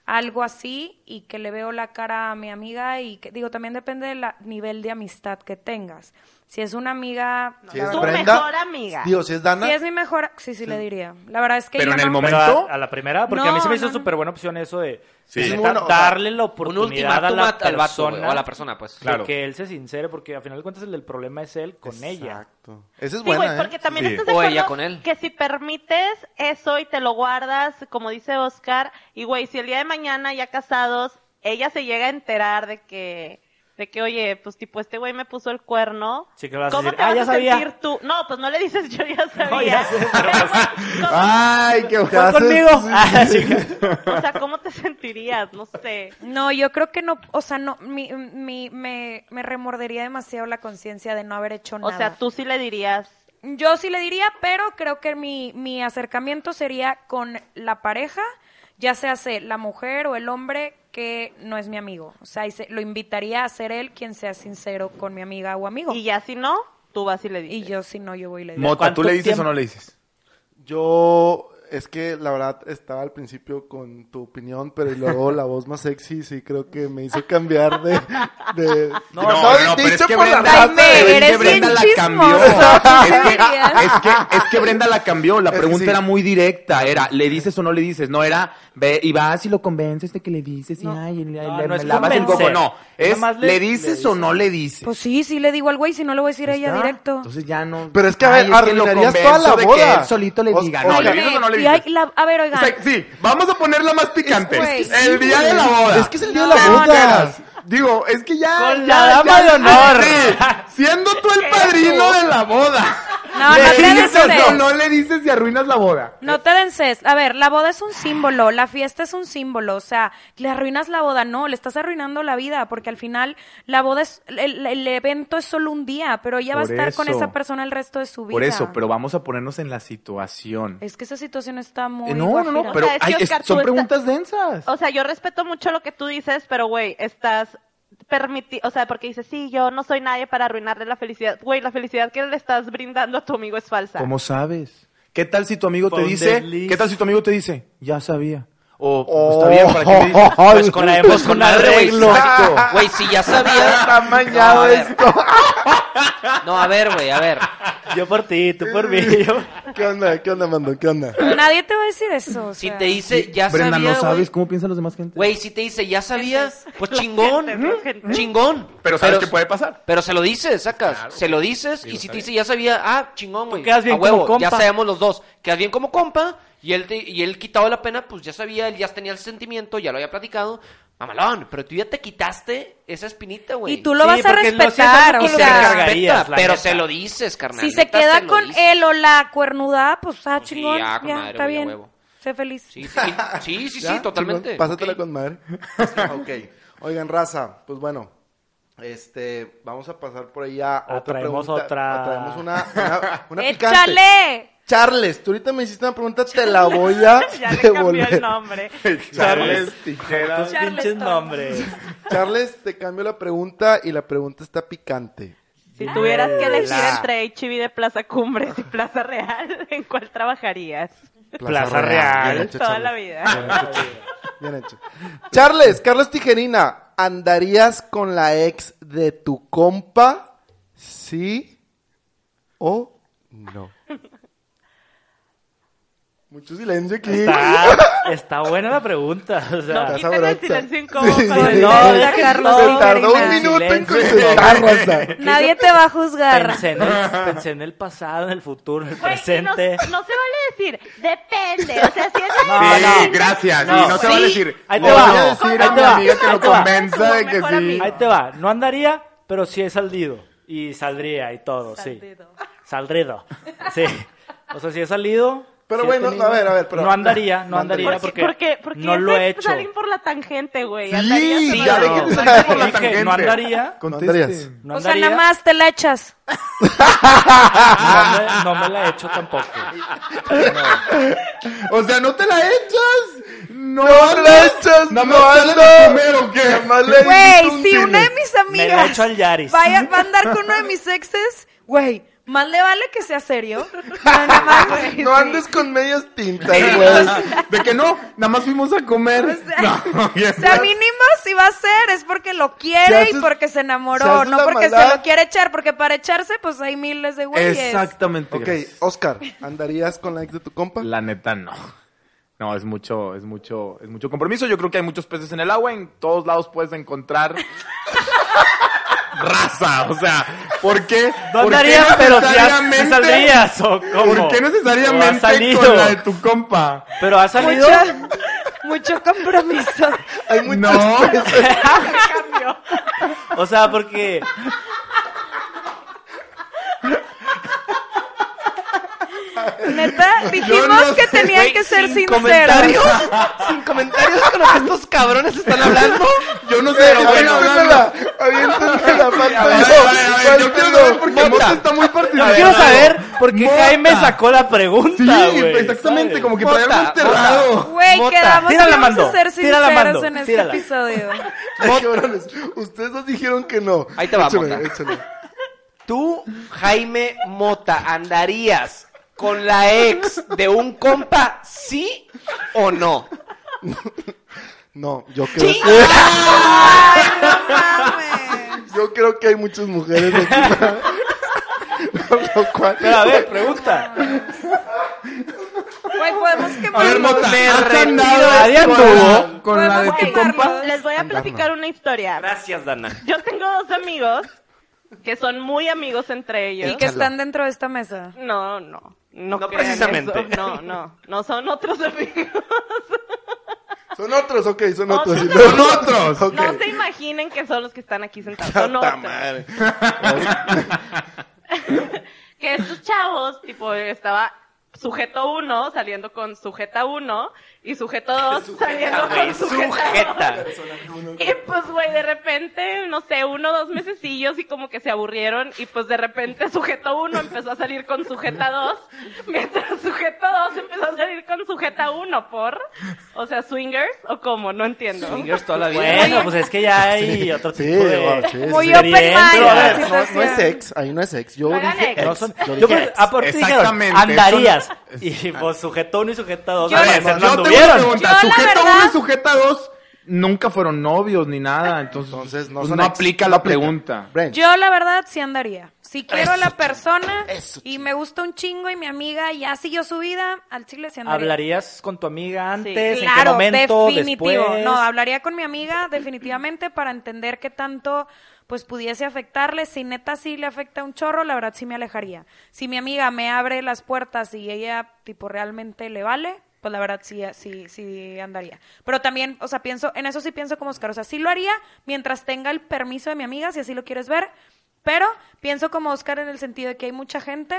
S8: algo así y que le veo la cara a mi amiga y que digo, también depende del nivel de amistad que tengas. Si es una amiga...
S7: Si
S8: la
S7: es
S2: Tu
S8: verdad-
S7: Brenda,
S2: mejor amiga.
S7: Digo, si es Dana.
S8: si es mi mejor... Sí, sí, le diría. La verdad es que...
S4: Pero
S8: yo
S4: en el
S8: no-
S4: momento-
S3: Pero a, a la primera, porque a mí se me
S8: No,
S3: hizo
S8: no, no.
S3: súper buena opción eso de
S4: Sí.
S3: de
S7: Es
S3: neta,
S7: bueno, o sea,
S3: darle la
S1: Un
S3: oportunidad a
S1: ultimátum
S3: la
S1: a- al vato, güey,
S3: persona,
S1: o a la persona, pues.
S3: de
S4: Claro.
S3: que él se sincere, porque al final de cuentas el del problema es él con ella.
S7: Exacto. Esa es
S2: Sí,
S7: buena,
S2: güey, porque
S7: ¿eh?
S2: también
S4: Sí.
S2: estás de
S1: O
S2: acuerdo
S1: ella con él.
S2: que si permites eso y te lo guardas, como dice Oscar, y güey, si el día de mañana ya casados, ella se llega a enterar de que, de que, oye, pues tipo, este güey me puso el cuerno.
S3: Sí, que le vas a
S2: ¿Cómo
S3: decir,
S2: te
S3: "Ah,
S2: vas
S3: ya
S2: a
S3: sabía".
S2: sentir tú? No, pues no le dices
S3: [LAUGHS]
S2: yo ya sabía.
S3: ya
S2: [LAUGHS]
S3: sé, pero- Ah.
S2: Pero,
S3: [LAUGHS]
S2: güey, ¿cómo-
S7: Ay, qué
S3: ¿Fue conmigo? [LAUGHS] Ah, sí.
S2: o sea, ¿cómo te [LAUGHS] sentirías? No sé.
S8: No, yo creo que no, o sea, no, mi, mi- me, me remordería demasiado la conciencia de no haber hecho
S2: O
S8: nada.
S2: sea, tú sí le dirías.
S8: Yo sí le diría, pero creo que mi, mi acercamiento sería con la pareja, ya sea se- la mujer o el hombre que no es mi amigo. O sea, y se- lo invitaría a ser él quien sea sincero con mi amiga o amigo.
S2: Y
S8: Y,
S2: ya si no, tú vas y le dices.
S8: yo si no, yo voy y le digo.
S4: Mota, ¿tú
S3: ¿Cuánto
S4: le dices
S3: tiempo?
S4: o no le dices?
S7: [LAUGHS] Yo, es que la verdad estaba al principio con tu opinión, pero luego la voz más sexy sí creo que me hizo cambiar de... de-
S4: No, no, no, pero es
S7: dicho
S4: que
S7: por la
S4: Brenda,
S7: raza de-
S4: pero es que
S8: eres
S4: Brenda
S8: bien
S4: la
S8: chismoso,
S4: cambió.
S8: ¿tú
S4: Es que,
S8: deberías?
S4: es que- es que Brenda la cambió. La
S7: Es que
S4: pregunta
S7: sí.
S4: era muy directa. Era, ¿le dices o no le dices? No era, ve y vas y lo convences de que le dices. Y, ay, y le,
S3: No,
S4: le-
S3: no es
S4: le lavas el
S3: convencer.
S4: coco. No, es,
S3: Nada más
S4: ¿le,
S3: le- le
S4: dices
S3: dices.
S4: o no le dices?
S8: Pues sí, sí le digo al güey, si no le voy a decir a ella
S4: ¿Está?
S8: Pues, directo.
S4: Entonces ya no.
S7: Pero es que, a ver,
S4: Ay, lo
S7: arruinarías
S4: convenzo
S7: toda la
S4: de
S7: boda.
S4: Que él solito le
S7: Os-
S4: diga,
S7: Oscar.
S4: no,
S8: Ay,
S4: le dices o no le
S8: y
S4: dices.
S8: hay la- a ver,
S4: O
S8: oigan,
S4: sea, sí, vamos a ponerla más
S7: [LAUGHS]
S4: picante.
S8: Es que sí,
S4: el día de la boda.
S7: Es que es el día de la
S4: ¿Te
S7: boda.
S4: enteras? Digo, es que ya.
S3: Con
S4: ya,
S3: la dama
S4: ya-
S3: de honor.
S4: Sí, siendo tú el padrino de la boda.
S8: No,
S4: le
S8: no te
S4: dices
S8: desesperes.
S4: o no le dices y arruinas la boda.
S8: No te denses. A ver, la boda es un símbolo, la fiesta es un símbolo. O sea, le arruinas la boda, no, le estás arruinando la vida, porque al final la boda es, el, el evento es solo un día, pero ella va a
S4: Por
S8: estar con
S4: eso.
S8: esa persona el resto de su vida.
S4: Por eso, pero vamos a ponernos en la situación.
S8: Es que esa situación está muy.
S4: Eh, no, no, no,
S8: guajira.
S4: pero
S2: O sea, es que,
S4: hay- es-
S2: Oscar, tú
S4: son
S2: estás-
S4: preguntas densas.
S2: O sea, yo respeto mucho lo que tú dices, pero güey, estás permiti o sea, porque dices, sí, yo no soy nadie para arruinarle la felicidad. Güey, la felicidad que le estás brindando a tu amigo es falsa.
S4: ¿Cómo sabes? ¿Qué tal si tu amigo
S3: Fue
S4: te
S3: un
S4: dice?
S3: desliz.
S4: ¿Qué tal si tu amigo te dice? Ya sabía.
S3: O
S7: Oh,
S3: pues, está bien,
S7: [LAUGHS]
S3: ¿para qué me dices? Pues con la
S1: Pues
S3: hemos
S1: con madre, güey. Exacto. [LAUGHS] Güey, si ya sabías.
S7: Está mañado
S1: No, a ver.
S7: esto.
S1: [LAUGHS] No, a ver, güey, a ver.
S3: Yo por ti, tú
S7: [LAUGHS]
S3: por mí. [LAUGHS] yo-
S7: ¿Qué onda? ¿Qué onda, Mando? ¿Qué onda?
S8: Nadie te va a decir eso. o
S1: Si
S8: sea.
S1: te
S3: [LAUGHS]
S1: dice, ya
S9: Brenda,
S1: sabía.
S9: ¿no sabes
S1: güey.
S9: cómo piensan los demás gente?
S1: Güey, si te dice, ya sabías, pues chingón, ujú, chingón.
S4: Pero sabes que puede pasar.
S1: Pero se lo dices, sacas, se lo dices, y si te dice, ya sabía, ah, chingón, güey.
S3: quedas bien
S1: a huevo,
S3: como
S1: ya
S3: compa.
S1: sabemos los dos. Quedas bien como compa, y él, te- y él quitado la pena, pues ya sabía, él ya tenía el sentimiento, ya lo había platicado. Mamalón, pero tú ya te quitaste esa espinita, güey.
S8: Y tú lo
S3: Sí,
S8: vas a
S3: porque lo hacías
S8: respetar.
S3: algo
S8: o
S1: Y se
S3: lo
S8: sea,
S3: descarga.
S1: respeta,
S3: cargarías, la
S1: pero
S3: neta.
S1: se lo dices, carnal.
S8: si se
S1: neta,
S8: queda
S1: lo
S8: con
S1: dices.
S8: él o la cuernuda, pues ah,
S1: sí,
S8: chingón.
S1: ya,
S8: ya,
S1: con madre,
S8: está
S1: güey, a
S8: bien.
S1: huevo.
S8: Sé feliz.
S1: Sí, sí, sí, sí, sí,
S7: ¿Ya?
S1: totalmente.
S7: Chingón. Pásatela
S1: Ok.
S7: con madre. ok. Oigan, raza, pues bueno. Este, vamos a pasar por ahí a
S3: Ah,
S7: otra
S3: traemos
S7: pregunta.
S3: otra.
S7: Ah, Traemos una, una, una picante.
S8: ¡Échale!
S7: Charles, tú ahorita me hiciste una pregunta, te la voy a
S2: [LAUGHS] Ya le cambió
S7: devolver.
S2: el
S4: [LAUGHS]
S2: nombre.
S4: Charles,
S3: Tus
S4: tijeras.
S3: pinches
S8: Charleston.
S3: nombres.
S7: Charles, te cambio la pregunta y la pregunta está picante.
S2: Si tuvieras que elegir
S7: La-
S2: entre HB de Plaza Cumbres y Plaza Real, [LAUGHS] ¿en cuál trabajarías?
S3: Plaza Real.
S7: Bien hecho,
S2: Toda
S7: Charles.
S2: la vida. [LAUGHS]
S7: Bien hecho. Charles, Carlos Tijerina, ¿andarías con la ex de tu compa? ¿Sí o no? Mucho silencio aquí.
S3: Está, está buena la pregunta. O sea,
S7: Está
S2: No, quiten el
S7: sabrosa.
S2: silencio incómodo.
S7: Sí.
S2: cuando
S3: No,
S2: dicen-
S3: deja que
S8: Carlos
S3: no.
S7: Se tardó un
S8: Tijerina.
S7: minuto en
S3: Silencio.
S7: contestar, raza.
S8: Nadie te va a juzgar.
S3: Pensé en, el, pensé en el pasado, en el futuro, en el
S6: Güey, y no-
S3: presente.
S6: No, se vale decir, depende. O sea, si
S4: [LAUGHS]
S6: es la-
S3: No,
S4: sí,
S3: no.
S4: Ah, gracias.
S3: No.
S4: y no se va a
S3: Sí.
S4: decir.
S3: Ahí te
S4: "Voy
S3: va.
S4: a decir a
S3: Ahí
S4: mi
S3: te va.
S4: amiga que
S3: Ahí
S4: lo
S3: te va.
S4: convenza de que
S2: Mejor
S4: sí.
S2: amigo.
S3: Ahí te va. No andaría, pero sí he salido. Y saldría y todo, sí. Saldrido. Sí. O sea, sí he salido.
S7: Pero
S3: sí he
S7: bueno,
S3: tenido.
S7: a ver, a ver, pero-
S3: no andaría, no,
S7: No andaría.
S3: andaría,
S2: Porque,
S3: porque,
S2: porque, porque
S3: no
S2: ya
S3: lo
S2: se
S3: he hecho.
S2: salen por la tangente, güey.
S7: Sí,
S2: Andarías
S7: sí,
S2: por
S7: ya
S2: la-
S7: dejen de
S2: por la-
S7: salir por
S4: la
S3: Dije,
S4: tangente.
S3: no andaría,
S7: andarías?
S3: no
S8: O sea,
S3: andaría,
S8: nada más te la echas.
S3: no me, no me la he hecho tampoco.
S4: O sea, no te la echas. No,
S7: No la echas,
S4: No
S7: no,
S4: me vas a
S7: ando.
S4: primero que.
S7: Jamás le
S8: Güey,
S7: diste un
S8: si
S7: cine.
S8: una de mis
S3: Me la he
S8: amigas
S3: hecho al Yaris.
S8: vaya, va a andar con uno de mis exes, güey, más le vale que sea serio. Nada más, güey,
S7: [LAUGHS] No
S8: sí.
S7: andes con medias tintas, güey.
S4: [LAUGHS] De que no, nada más fuimos a comer.
S8: O
S4: [LAUGHS]
S8: sea,
S4: no, bien.
S8: O sea, mínimo si va a ser, es porque lo quiere
S7: Si haces-
S8: y porque se
S7: si
S8: enamoró,
S7: haces
S8: no
S7: la
S8: porque
S7: maldad-
S8: se lo quiere echar, porque para echarse, pues hay miles de güeyes.
S9: Exactamente.
S7: Ok,
S9: gracias.
S7: Oscar, ¿andarías con la ex de tu compa?
S4: La neta no. No, es mucho, es mucho, es mucho compromiso. Yo creo que hay muchos peces en el agua, en todos lados puedes [LAUGHS] encontrar raza. O sea, ¿por qué?
S3: No
S4: por qué
S3: andarías, pero si has-
S4: necesariamente-
S3: si saldrías o cómo.
S4: ¿Por qué
S3: O has
S4: necesariamente
S3: salido?
S4: con la de tu compa?
S3: Pero ha salido.
S8: Mucho, [LAUGHS] mucho compromiso.
S7: Hay muchos
S4: No.
S7: peces.
S3: O sea, porque.
S8: Neta, dijimos que tenían
S1: Güey,
S8: que ser
S1: sin
S8: sinceros.
S1: sin comentarios con lo que estos cabrones están hablando.
S4: [LAUGHS] Yo no sé,
S7: Pero
S4: pero bueno,
S7: aviéntamela,
S4: [LAUGHS]
S7: aviéntamela,
S4: a
S7: falto
S4: ver,
S7: yo.
S4: a ver, a ver, yo quiero saber
S7: Falto yo.
S4: porque
S7: Mota.
S4: Mota está muy
S3: Yo
S4: partidario.
S3: quiero saber por qué
S4: Mota.
S3: Jaime sacó la pregunta.
S4: Sí,
S3: güey,
S4: exactamente,
S3: ¿sabes?
S4: como que
S1: Mota,
S4: traía algo
S1: Mota.
S4: enterrado.
S8: Güey,
S3: Mota,
S8: quedamos que
S3: tírala,
S8: vamos
S3: Mando,
S8: a ser
S3: tírala,
S8: sinceros
S3: Mando,
S8: en este
S3: tírala.
S8: episodio.
S7: Ay, cabrones, Ustedes dos dijeron que no.
S1: Ahí te va,
S7: Échale,
S1: Mota.
S7: échale.
S1: Tú, Jaime Mota, ¿andarías con la ex de un compa, sí o no?
S7: No, yo creo
S1: Sí.
S7: que...
S8: Ay, no mames.
S7: Yo creo que hay muchas mujeres aquí. [LAUGHS] Lo cual-
S3: Pero a ver, pregunta.
S8: Güey, podemos
S4: A ver,
S8: quemarlo.
S4: Mota,
S1: Me
S4: ¿has
S1: retiro.
S4: andado
S3: Nadie
S4: con
S3: anduvo.
S4: la- con la de
S8: Podemos
S4: tu
S8: quemarlo.
S4: compa?
S2: Les voy a platicar una historia.
S1: Gracias, Dana.
S2: Yo tengo dos amigos que son muy amigos entre ellos.
S8: Y que están dentro de esta mesa.
S2: No, no. No, crean
S1: precisamente.
S2: eso. No, no. No son otros amigos.
S7: Son otros, ok, son
S2: No,
S7: otros.
S2: son
S7: Son
S4: otros.
S7: pues, ok.
S2: No se imaginen que son los que están aquí sentados. Son
S7: Puta
S2: otros.
S7: madre.
S2: que estos chavos, tipo, estaba sujeto 1 saliendo con sujeta 1 y sujeto 2 saliendo con sujeta. dos.
S1: Sujeta.
S4: [LAUGHS]
S2: Y pues, güey, de repente, no sé, uno dos mesecillos y como que se aburrieron y pues de repente sujeto 1 empezó a salir con sujeta 2 mientras sujeto 2 empezó a salir con sujeta 1 por, o sea, swingers o cómo, no entiendo.
S1: Fingers toda la vida.
S3: Bueno, pues es que ya hay otro
S7: sí,
S3: tipo de.
S7: wow, sí, sí,
S8: Muy
S7: sí.
S8: open mind.
S7: Pero a
S8: la
S7: ver, no,
S8: situación.
S7: no es ex, ahí no es ex. Yo
S2: No hagan
S7: dije
S2: ex.
S7: ex.
S3: No son-
S7: yo
S3: yo
S7: dije
S3: pues,
S7: ex.
S3: aparte dijeron,
S4: Exactamente,
S3: andarías. tres. Y pues sujeta uno y sujeta dos.
S4: A
S3: al
S4: ver,
S3: parecer
S4: yo
S3: no
S4: tengo una
S3: anduvieron.
S4: pregunta.
S8: Yo, la
S4: Sujeta
S8: verdad-
S4: 1 y sujeta 2 nunca fueron novios ni nada. Entonces,
S7: Entonces, no
S4: pues,
S7: son ex.
S4: aplica
S7: No
S4: la
S7: aplica.
S4: pregunta.
S7: Bren,
S8: Yo la verdad sí andaría. Si quiero a la persona
S7: Eso,
S8: y me gusta un chingo y mi amiga ya siguió su vida, al chile sí andaría.
S3: ¿Hablarías con tu amiga antes? ¿En qué
S8: Claro,
S3: momento?
S8: definitivo.
S3: Después.
S8: No, hablaría con mi amiga definitivamente para entender qué tanto pues pudiese afectarle. Si neta sí le afecta un chorro, la verdad sí me alejaría. Si mi amiga me abre las puertas y ella tipo realmente le vale, pues la verdad sí, sí, sí andaría. Pero también, o sea, pienso, en eso sí pienso como Oscar. O sea, sí lo haría mientras tenga el permiso de mi amiga, si así lo quieres ver. Pero pienso como Oscar en el sentido de que hay mucha gente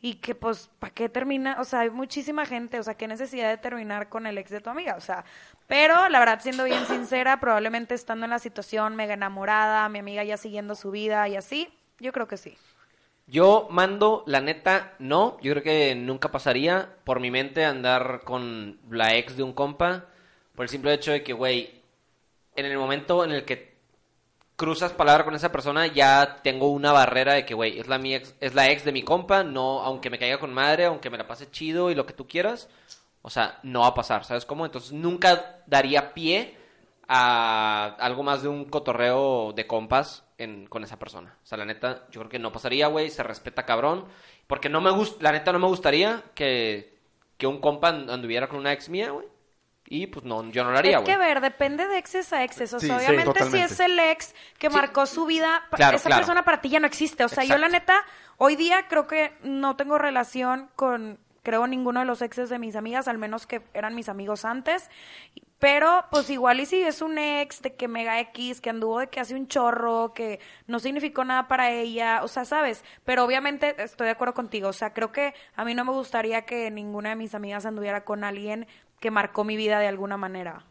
S8: y que pues, ¿para qué termina? O sea, hay muchísima gente, o sea, ¿qué necesidad de terminar con el ex de tu amiga? O sea, pero la verdad, siendo bien sincera, probablemente estando en la situación mega enamorada, mi amiga ya siguiendo su vida y así, yo creo que sí.
S1: [LAUGHS] Yo mando, la neta, no. Yo creo que nunca pasaría por mi mente andar con la ex de un compa. Por el simple hecho de que, güey, en el momento en el que cruzas palabra con esa persona, ya tengo una barrera de que, güey, es la, mi ex, es la ex de mi compa. No, aunque me caiga con madre, aunque me la pase chido y lo que tú quieras. O sea, no va a pasar, ¿sabes cómo? Entonces nunca daría pie a algo más de un cotorreo de compas en- con esa persona. O sea, la neta, yo creo que no pasaría, güey, se respeta cabrón. Porque no me gusta, la neta no me gustaría que, que un compa and- anduviera con una ex mía, güey. Y pues no, yo no lo haría,
S8: es que
S1: güey.
S8: ver, depende de exes a exes. O sea,
S7: Sí, sí,
S8: obviamente si
S7: totalmente.
S8: es el ex que
S1: Sí.
S8: marcó su vida, pa-
S1: Claro,
S8: esa
S1: claro.
S8: persona para ti ya no existe. O sea, yo la
S1: Exacto.
S8: neta, hoy día creo que no tengo relación con, creo, ninguno de los exes de mis amigas, al menos que eran mis amigos antes. Pero, pues igual y si es un ex de que mega X, que anduvo de que hace un chorro, que no significó nada para ella, o sea, sabes, pero obviamente estoy de acuerdo contigo, o sea, creo que a mí no me gustaría que ninguna de mis amigas anduviera con alguien que marcó mi vida de alguna manera.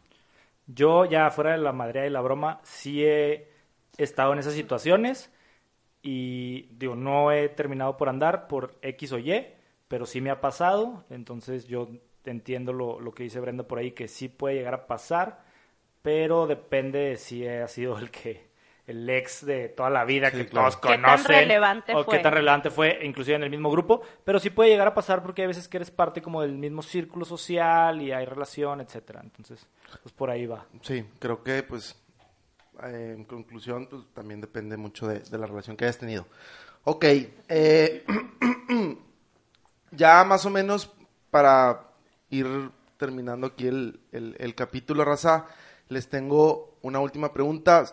S3: Yo, ya fuera de la madrea y la broma, sí he estado en esas situaciones y, digo, no he terminado por andar por X o Y, pero sí me ha pasado. Entonces, yo entiendo lo, lo que dice Brenda por ahí, que sí puede llegar a pasar, pero depende de si ha sido el que el ex de toda la vida que todos
S2: ¿Qué tan
S3: conocen
S2: relevante
S3: o
S2: fue?
S3: qué tan relevante fue inclusive en el mismo grupo pero sí puede llegar a pasar porque hay veces que eres parte como del mismo círculo social y hay relación etcétera entonces pues por ahí va
S7: sí, creo que pues eh, en conclusión pues también depende mucho de, de la relación que hayas tenido. Ok, eh, [CLEARS THROAT] ya más o menos para ir terminando aquí el, el- el capítulo, raza, les tengo una última pregunta.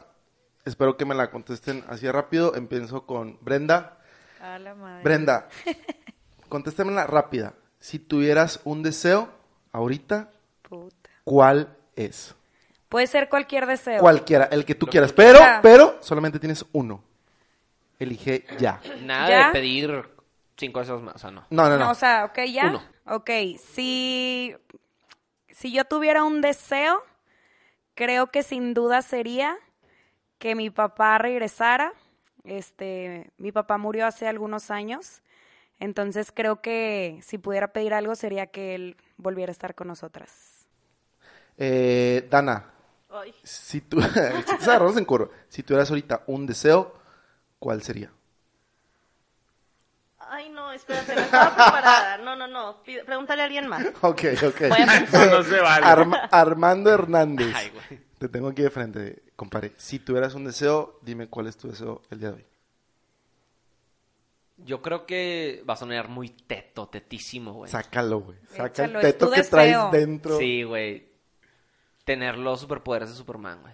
S7: Espero que me la contesten así de rápido. Empiezo con Brenda.
S8: A la madre.
S7: Brenda, contéstamela rápida. Si tuvieras un deseo ahorita,
S8: Puta.
S7: ¿cuál es?
S8: Puede ser cualquier deseo.
S7: Cualquiera, el que tú quieras. Pero,
S8: Ya.
S7: pero, solamente tienes uno. Elige ya.
S1: Nada
S8: ¿Ya?
S1: de pedir cinco veces más, o sea, no.
S7: No, no,
S8: No,
S7: no.
S8: o sea, ok, ya.
S1: Uno.
S8: Ok, si, si yo tuviera un deseo, creo que sin duda sería que mi papá regresara. Este, mi papá murió hace algunos años, entonces creo que si pudiera pedir algo sería que él volviera a estar con nosotras.
S7: Eh, Dana,
S2: Ay.
S7: si tú... [LAUGHS] si te agarras en coro. Si tuvieras ahorita un deseo, ¿cuál sería?
S2: Ay, no, espérate, no estaba preparada. No, no, no. pide- Pregúntale a alguien más.
S7: Ok, ok.
S2: Voy a
S4: Eso no se vale.
S7: Arma- Armando Hernández.
S1: Ay, güey.
S7: Te tengo aquí de frente, compadre. Si tuvieras un deseo, dime cuál es tu deseo el día de hoy.
S1: Yo creo que va a sonar muy teto, tetísimo, güey.
S7: Sácalo, güey. Saca
S8: Échalo,
S7: el
S8: es
S7: teto
S8: tu
S7: que
S8: deseo.
S7: traes dentro.
S1: Sí, güey. Tener los superpoderes de Superman,
S8: [LAUGHS]
S1: güey.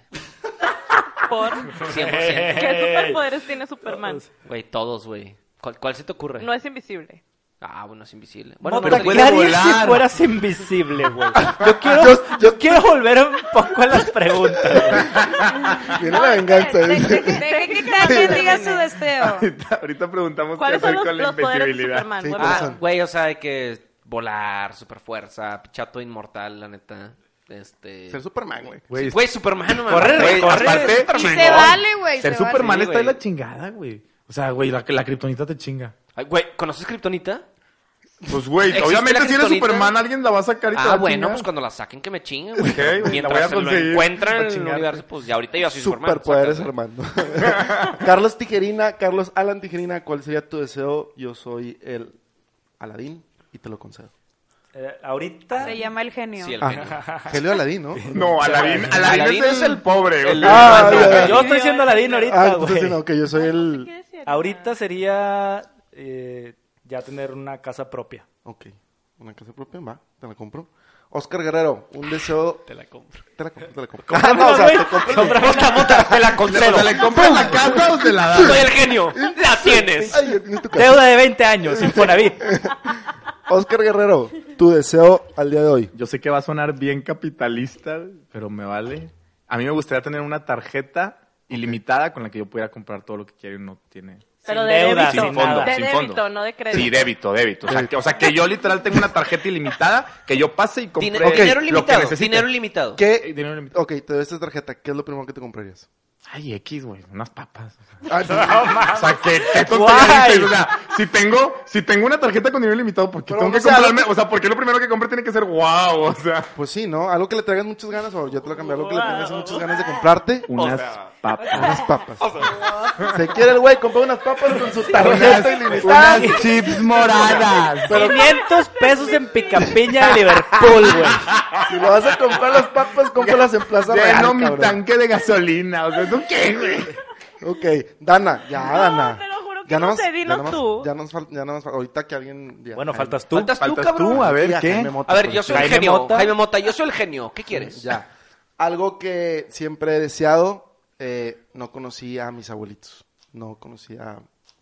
S2: ¿Por
S1: 100%.
S2: qué superpoderes tiene Superman?
S1: Güey, todos, güey. ¿Cuál, cuál se te
S3: pues.
S1: ocurre?
S2: No es invisible.
S1: Ah, bueno, es invisible.
S3: Bueno,
S1: Bueno,
S3: no pero
S1: pero
S4: puede
S3: si
S4: volar.
S3: fueras invisible, güey. Yo quiero,
S7: Yo-
S3: yo,
S7: yo-
S3: quiero volver un poco a las preguntas. güey.
S7: Viene la venganza. este dice.
S8: Deje
S7: [LAUGHS]
S8: que cada quien diga su deseo.
S4: Ahorita, ahorita preguntamos qué
S2: ¿Cuáles son
S4: hacer
S2: los,
S4: con la
S2: los poderes de [LAUGHS]
S4: invisibilidad.
S2: Superman?
S7: Sí,
S2: Bueno,
S7: ¿cuáles
S1: Ah,
S7: son?
S1: güey, o sea, de que volar, superfuerza, chato inmortal, la neta. Este.
S7: Ser Superman, güey.
S4: Güey,
S1: Güey, Superman, no me
S3: Corre,
S1: mames, güey.
S3: corre.
S1: Aparte,
S8: Y
S1: Superman,
S8: se
S1: no.
S8: vale, güey.
S4: Ser
S8: se vale.
S4: Superman
S1: Sí,
S4: está en
S1: güey.
S4: la chingada, güey. O sea, güey, la, la kriptonita te chinga.
S1: Ay, Güey, ¿conoces Kryptonita?
S4: Pues, güey,
S1: ¿Existe
S4: obviamente
S1: la
S4: si eres
S1: kriptonita?
S4: Superman, alguien la va a sacar y te va
S1: Ah,
S4: a
S1: bueno,
S4: chingar.
S1: pues cuando la saquen que me chinguen, güey.
S4: Ok, güey, la voy a
S1: Mientras se lo
S4: conseguir
S1: encuentran
S4: para
S1: en el
S4: chingarte.
S1: universo, pues ya ahorita yo soy Superman.
S7: Superpoderes,
S1: sácate.
S7: Armando. [LAUGHS] Carlos Tijerina, Carlos Alan Tijerina, ¿cuál sería tu deseo? Yo soy el Aladín y te lo concedo.
S3: Eh, ahorita.
S8: Se llama El Genio.
S1: Sí, el
S7: Ah,
S1: genio.
S7: Helio Aladín, ¿no?
S4: No, Aladín, Aladín,
S1: Aladín
S4: es,
S1: es
S4: el pobre. güey. [LAUGHS]
S7: Ah, ya, ya.
S3: Yo estoy siendo Aladín
S7: Ah,
S3: ahorita,
S7: entonces,
S3: güey.
S7: no, que yo soy el...
S3: Ahorita sería eh, ya tener una casa propia.
S7: Ok, una casa propia, va, te la compro. Oscar Guerrero, un deseo... [LAUGHS] Te la compro. Te la compro, te la [LAUGHS] compro. Ah, no, o sea, te [LAUGHS] compro.
S1: Mota, mota, te la concedo.
S4: ¿Se le compra la casa o se [LAUGHS] la da?
S1: Soy el genio. La tienes.
S7: Ay, ya tienes tu casa.
S3: Deuda de 20 años, Infonavit.
S7: Oscar Guerrero, tu deseo al día de hoy.
S4: Yo sé que va a sonar bien capitalista, pero me vale. A mí me gustaría tener una tarjeta ilimitada con la que yo pudiera comprar todo lo que quiera y no tiene.
S2: Pero
S3: Sin
S2: de
S3: deuda,
S2: débito.
S3: sin fondo,
S2: de
S4: sin
S2: débito,
S4: fondo.
S2: no de crédito.
S4: Sí, débito, débito. O sea, que, o sea, que yo literal tengo una tarjeta ilimitada que yo pase y compre
S1: Dine- Dinero
S4: lo que
S1: limitado.
S4: necesite.
S1: Dinero limitado.
S4: Eh,
S7: ¿Qué?
S4: dinero limitado.
S7: Ok, te doy esta tarjeta, ¿qué es lo primero que te comprarías?
S4: Ay, X, güey, unas papas.
S7: [LAUGHS] Ah,
S4: O sea, que qué tontería
S3: Guay.
S4: dices, O sea, si tengo, si tengo una tarjeta con dinero limitado, ¿por qué
S7: Pero,
S4: tengo
S7: o
S4: que
S7: sea,
S4: comprarme?
S7: lo que-
S4: O sea, ¿por qué lo primero que compré tiene que ser wow? O sea,
S7: Pues sí, ¿no? Algo que le traigas muchas ganas o yo te lo cambié, algo que le traigas muchas ganas de comprarte.
S4: unas
S7: [LAUGHS]
S4: papas.
S7: Unas papas. Se quiere el güey, compra unas papas con su tarjeta ilimitada.
S4: Unas chips moradas.
S3: 500 pesos en picapiña de Liverpool, güey.
S7: Si lo vas a comprar las papas, pues cómpralas en Plaza Real,
S4: Lleno mi
S7: cabrón.
S4: tanque de gasolina. O sea, ¿eso qué, güey?
S7: Ok, Dana, ya,
S2: No,
S7: Dana.
S2: te lo juro que
S7: ya
S2: no
S7: nada más-
S2: sé,
S7: ya
S2: dinos
S7: nada más-
S2: tú.
S7: Ya nos falta, ya nada más falta, ahorita que alguien... ya,
S3: Bueno,
S7: Jaime.
S3: faltas tú.
S1: Faltas tú,
S4: Faltas tú,
S1: cabrón.
S4: a ver,
S7: Ya, pues.
S4: ¿qué?
S7: Jaime Mota,
S1: A ver,
S7: por
S1: yo soy el
S3: Jaime
S1: genio.
S3: Mota.
S1: Jaime Mota, yo soy el genio. ¿Qué quieres?
S7: Ya. Pues, [LAUGHS] Algo que siempre he deseado, eh, no conocí a mis abuelitos. No conocía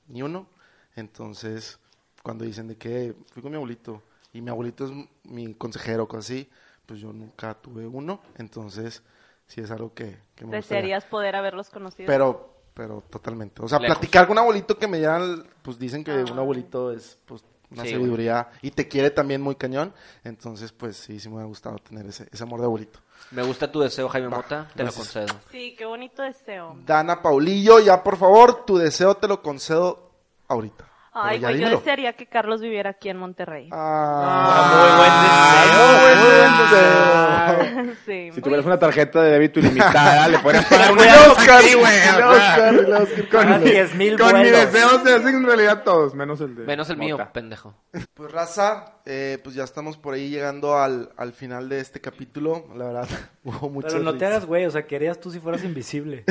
S7: ni uno. Entonces, cuando dicen de que fui con mi abuelito y mi abuelito es m- mi consejero, cosas así, pues yo nunca tuve uno. Entonces, sí es algo que, que me gustaría.
S2: Desearías poder haberlos conocido.
S7: Pero, pero totalmente. O sea,
S1: Lejos.
S7: platicar con un abuelito que me digan, pues dicen que un abuelito es pues una
S1: Sí, güey.
S7: sabiduría y te quiere también muy cañón. Entonces, pues sí, sí me ha gustado tener ese, ese amor de abuelito.
S1: Me gusta tu deseo, Jaime Mota. Te lo
S7: gracias.
S1: concedo.
S2: Sí, qué bonito deseo.
S7: Dana Paulillo, ya por favor, tu deseo te lo concedo ahorita.
S2: Ay,
S7: Pero ya Ah,
S2: güey, yo
S7: dímelo.
S2: desearía que Carlos viviera aquí en Monterrey.
S4: Ah,
S7: Ah, muy buen deseo.
S2: [LAUGHS] sí.
S4: Si tuvieras una tarjeta de débito ilimitada, le [LAUGHS] podrías pagar una
S7: Mira,
S4: casa
S7: Oscar,
S4: aquí, güey. o
S7: mira,
S4: sea,
S7: Oscar, mira, Oscar,
S3: Con
S7: cógelo.
S3: 10 Ah, mil
S4: Con mi
S3: vuelos.
S4: deseo se hacen realidad todos, menos el de.
S1: Menos el mío,
S4: Mota.
S1: pendejo.
S7: Pues Raza, eh, pues ya estamos por ahí llegando al, al final de este capítulo. La verdad, [LAUGHS] hubo muchas
S3: Pero no te
S7: risas.
S3: hagas, güey. O sea, querías tú si fueras invisible.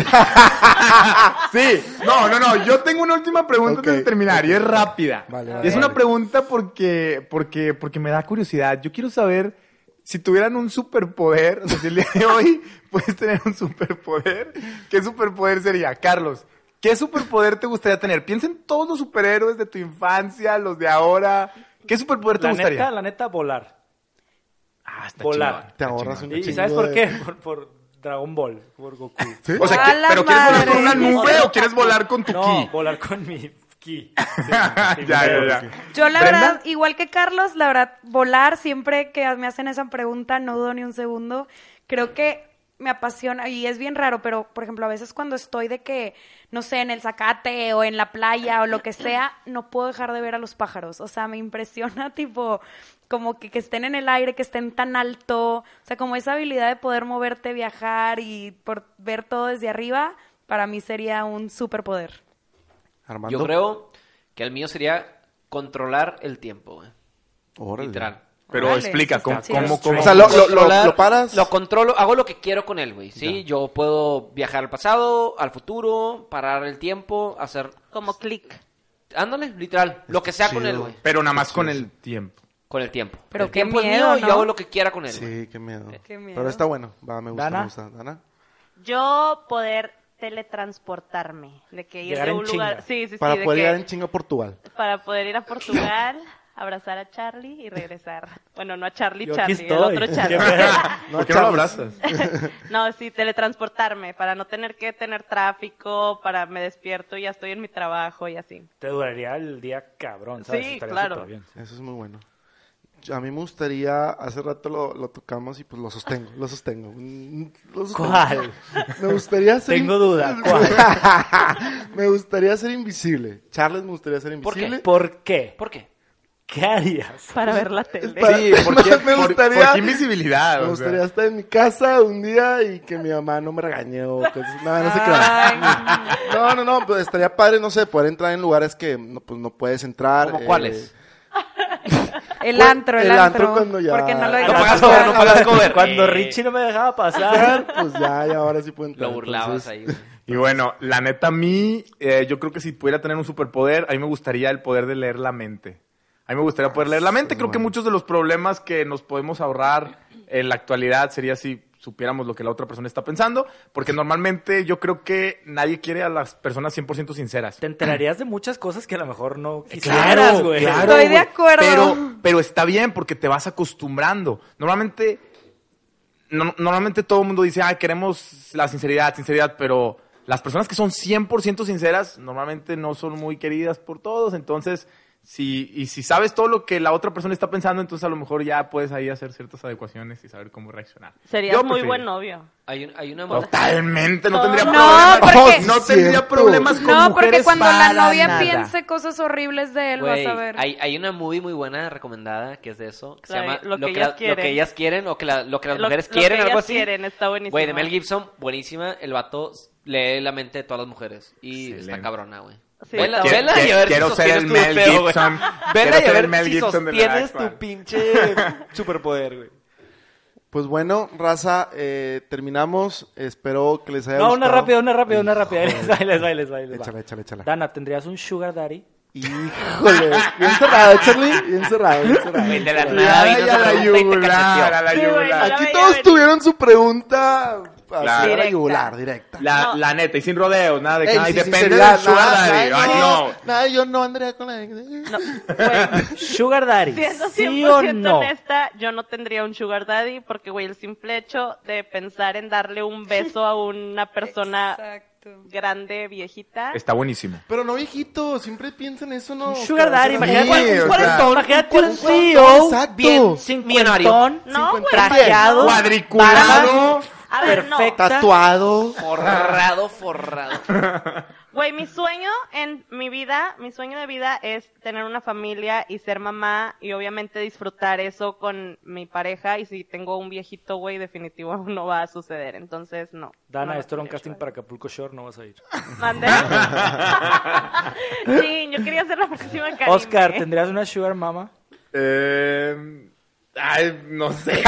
S4: Sí, no, no, no. Yo tengo una última pregunta
S7: Ok,
S4: antes de terminar y es rápida.
S7: Vale,
S4: Y
S7: vale,
S4: es una
S7: vale.
S4: pregunta porque, porque, porque me da curiosidad. Yo quiero saber si tuvieran un superpoder, o sea, si el día de hoy [LAUGHS] puedes tener un superpoder, ¿qué superpoder sería? Carlos, ¿qué superpoder te gustaría tener? Piensa en todos los superhéroes de tu infancia, los de ahora. ¿Qué superpoder te
S3: La
S4: gustaría?
S3: neta, la neta, volar.
S4: ah, está
S3: volar.
S4: chingón,
S7: Te
S4: está
S7: ahorras
S4: chingón.
S7: un
S3: ¿Y
S7: chingo
S3: sabes por
S7: de-
S3: qué? Por, por Dragon Ball, por Goku.
S4: O sea,
S8: A
S4: ¿qué-
S8: la
S4: ¿pero quieres volar con una
S8: madre.
S4: nube o quieres volar con tu
S3: No,
S4: [LAUGHS] ki?
S3: volar con mi ki.
S4: ya, ya, ya.
S8: Yo la
S4: ¿Brenda?
S8: verdad, igual que Carlos, la verdad, volar siempre que me hacen esa pregunta no dudo ni un segundo. Creo que me apasiona y es bien raro, pero por ejemplo, a veces cuando estoy de que, no sé, en el zacate o en la playa o lo que sea, no puedo dejar de ver a los pájaros. O sea, me impresiona [LAUGHS] tipo como que, que estén en el aire, que estén tan alto. O sea, como esa habilidad de poder moverte, viajar y por ver todo desde arriba, para mí sería un superpoder.
S7: Armando.
S1: Yo creo que el mío sería controlar el tiempo, güey.
S7: Órale.
S1: Literal.
S4: Pero
S8: Órale,
S4: explica,
S8: eso
S4: ¿cómo,
S8: está
S4: cómo,
S8: chido.
S4: cómo-
S7: O sea, lo, lo, lo-
S1: Controlar-
S7: lo paras.
S1: Lo controlo, hago lo que quiero con él, güey. Sí, yo puedo viajar al pasado, al futuro, parar el tiempo, hacer.
S2: Como click.
S1: Ándale, literal. Lo que sea con
S7: chido.
S1: él, güey.
S4: Pero nada más con el tiempo.
S1: Con el tiempo.
S8: Pero
S1: el
S8: qué
S1: tiempo es
S8: miedo,
S1: mío y
S8: ¿no?
S1: yo hago lo que quiera con él. güey.
S7: Sí, qué miedo.
S8: Qué miedo.
S7: Pero está bueno. Va, me gusta,
S3: ¿Dana?
S7: me gusta. Dana.
S2: Yo poder teletransportarme, de que ir
S3: Llegar
S2: de
S3: en
S2: un lugar,
S3: chinga.
S2: sí, sí, sí,
S7: Para
S2: de
S7: poder
S2: que-
S7: llegar en chinga a Portugal.
S2: para poder ir a Portugal, [LAUGHS] abrazar a Charlie y regresar. Bueno, no a Charlie,
S3: Yo aquí
S2: Charlie, el
S3: estoy. [LAUGHS]
S2: otro [LAUGHS] Charlie.
S4: ¿Por qué no lo abrazas?
S2: no, sí, teletransportarme para no tener que tener tráfico, para me despierto y ya estoy en mi trabajo y así.
S3: Te duraría el día cabrón, ¿sabes?
S2: Sí,
S3: Estaría
S2: claro.
S3: superbién.
S7: Eso es muy bueno. Yo- A mí me gustaría, hace rato lo, lo tocamos y pues lo sostengo, lo sostengo. Mm, lo sostengo.
S3: ¿Cuál?
S7: Me gustaría ser...
S3: Tengo duda,
S7: me gustaría ser invisible. Charles me gustaría ser
S1: ¿Por qué?
S7: invisible.
S3: ¿Por qué?
S1: ¿Por qué?
S3: ¿Qué harías?
S2: Para ver la tele.
S7: para-
S4: Sí, ¿por qué,
S7: [LAUGHS] me
S4: por-
S7: gustaría-
S4: por qué invisibilidad? O
S7: Me
S4: sea,
S7: gustaría estar en mi casa un día y que mi mamá no me regañe o cosas. Ah, No, no se crean. No, no, no, pues estaría padre, no sé, poder entrar en lugares que no, pues, no puedes entrar.
S1: ¿Cómo
S7: eh,
S1: cuáles?
S8: El antro, el,
S7: El antro
S8: antro.
S7: cuando ya-
S8: Porque no lo
S1: No pagas cover, no pagas cover.
S3: Cuando
S1: Eh,
S3: Richie no me dejaba pasar.
S7: Ya, pues ya, ya ahora sí pueden
S1: Lo burlabas ahí, güey.
S4: Y bueno, la neta, a mí, eh, yo creo que si pudiera tener un superpoder, a mí me gustaría el poder de leer la mente. A mí me gustaría poder leer la mente. Creo que muchos de los problemas que nos podemos ahorrar en la actualidad sería si supiéramos lo que la otra persona está pensando, porque normalmente yo creo que nadie quiere a las personas 100% sinceras.
S3: Te enterarías de muchas cosas que a lo mejor no
S4: Eh,
S3: quisieras, güey. [LAUGHS]
S8: claro. Estoy de
S4: güey.
S8: acuerdo.
S4: Pero, pero está bien porque te vas acostumbrando. Normalmente, no- normalmente todo el mundo dice, ah, queremos la sinceridad, sinceridad, pero las personas que son 100% sinceras normalmente no son muy queridas por todos. Entonces, si, y si sabes todo lo que la otra persona está pensando, entonces a lo mejor ya puedes ahí hacer ciertas adecuaciones y saber cómo reaccionar.
S2: Serías
S4: Yo
S2: muy
S4: preferiría.
S2: buen novio.
S1: Hay, un- hay una
S4: Totalmente, no tendría
S8: No,
S4: problemas.
S8: porque-
S4: no tendría
S7: Cierto.
S4: problemas con
S8: No, porque
S4: mujeres
S8: cuando la
S4: para
S8: novia
S4: nada.
S8: piense cosas horribles de él,
S1: Güey,
S8: vas a ver.
S1: Hay, hay una movie muy buena recomendada que es de eso. Que se
S2: La de
S1: llama
S2: Lo que ellas
S1: la-
S2: quieren.
S1: lo que ellas quieren o que la- lo que las
S2: Lo-
S1: mujeres
S2: lo que
S1: quieren, algo
S2: ellas
S1: así.
S2: quieren, está buenísima.
S1: Güey, de Mel Gibson, buenísima. El vato lee la mente de todas las mujeres. Y está
S4: Excelente.
S1: cabrona, güey.
S2: Sí,
S1: vela,
S2: está
S1: vela y
S4: Quiero-
S1: a ver
S4: quiero
S1: si
S4: ser el
S1: sostienes tu
S4: Mel
S1: pedo, güey.
S4: Gibson. Quiero
S1: Vela y
S4: ser
S1: a
S4: el
S1: ver
S4: Mel
S1: si
S4: Gibson de la
S1: sostienes
S4: actual.
S1: tu pinche
S3: [LAUGHS]
S1: superpoder, güey.
S7: Pues bueno, raza, eh, terminamos. Espero que les haya
S3: No,
S7: gustado.
S3: una rápida, una rápida, una
S7: Híjole.
S3: rápida. [LAUGHS] Ahí les va, ahí les va, ahí les va, ahí les va.
S7: Échala, échala, échala.
S3: Dana, ¿tendrías un sugar daddy?
S7: Híjole. Bien cerrado, Charlie. Bien cerrado, bien cerrado.
S1: Güey, de la
S7: Bien
S1: nada
S4: Ay,
S1: vino
S4: a
S1: esa
S4: la
S1: pregunta y te
S4: yugular,
S1: cacheteó.
S4: a la
S2: Sí, güey,
S4: yugular.
S2: la
S7: Aquí
S2: veía
S7: todos
S2: venir.
S7: tuvieron su pregunta
S4: Claro.
S7: así a la
S2: Directa.
S7: yugular, directa.
S4: La,
S2: No.
S4: la neta, y sin rodeos, nada de que.
S7: Ey,
S4: ay,
S7: sin
S4: depende
S7: sinceridad,
S4: del sugar
S7: nada,
S4: daddy.
S7: nada,
S4: Ay, no.
S7: Nada, yo no andaría con la...
S2: No,
S3: [LAUGHS]
S2: güey,
S3: ¿Sugar daddy?
S2: [LAUGHS] siendo 100%
S3: ¿Sí o no?
S2: honesta, yo no tendría un sugar daddy porque, güey, el simple hecho de pensar en darle un beso a una persona
S8: Exacto.
S2: grande, viejita.
S4: Está buenísimo.
S7: Pero no, viejito, siempre piensan eso, ¿no?
S3: Un sugar daddy,
S4: Sí,
S3: imagínate.
S4: o sea.
S3: un cuarentón, imagínate un
S7: cuarentón,
S3: CEO
S7: exacto.
S3: bien
S1: Millonario.
S3: cincuentón,
S2: No, güey,
S3: trajeado,
S4: Cuadriculado.
S2: A ver, no.
S3: Perfecta.
S7: Tatuado.
S1: Forrado, forrado.
S2: Güey, mi sueño en mi vida, mi sueño de vida es tener una familia y ser mamá y obviamente disfrutar eso con mi pareja y si tengo un viejito, güey, definitivo [LAUGHS] no va a suceder, entonces no.
S3: Dana,
S2: No,
S3: esto era un
S2: no,
S3: casting
S2: no.
S3: para Acapulco Shore, no vas a ir.
S2: Mande.
S7: [LAUGHS]
S2: sí, yo quería hacer la próxima Karime.
S3: Oscar, ¿tendrías una sugar mama?
S4: Eh, ay, no [LAUGHS] sé.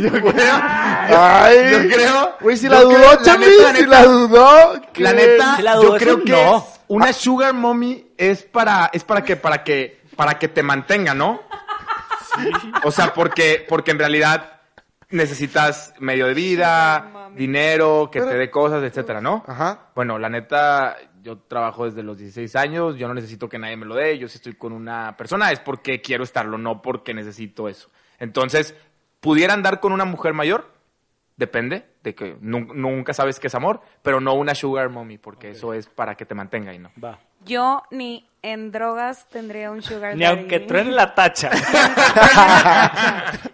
S4: yo creo.
S7: Ay.
S4: Yo creo.
S7: Güey, si
S4: yo
S7: la
S4: creo-
S7: dudó, Charlie,
S4: neta,
S7: si
S4: neta,
S7: la dudó. ¿qué?
S4: La neta,
S3: Sí la dudo,
S4: yo
S3: es
S4: creo
S3: un
S4: que
S3: no.
S4: una sugar mommy es para, es para que, para que, para que te mantenga, ¿no? O sea, porque, porque en realidad necesitas medio de
S8: Sugar
S4: vida,
S8: mommy.
S4: dinero, que te dé cosas, etcétera, ¿no?
S7: Ajá.
S4: Bueno, la neta, yo trabajo desde los 16 años, yo no necesito que nadie me lo dé, yo si estoy con una persona es porque quiero estarlo, no porque necesito eso. Entonces, ¿pudiera andar con una mujer mayor? Depende, de que nun- nunca sabes qué es amor, pero no una sugar mommy, porque eso es para que te mantenga y no.
S3: Va.
S8: Yo ni en drogas tendría un sugar
S3: Ni
S8: daddy.
S3: aunque truene la
S2: [LAUGHS]
S3: tacha.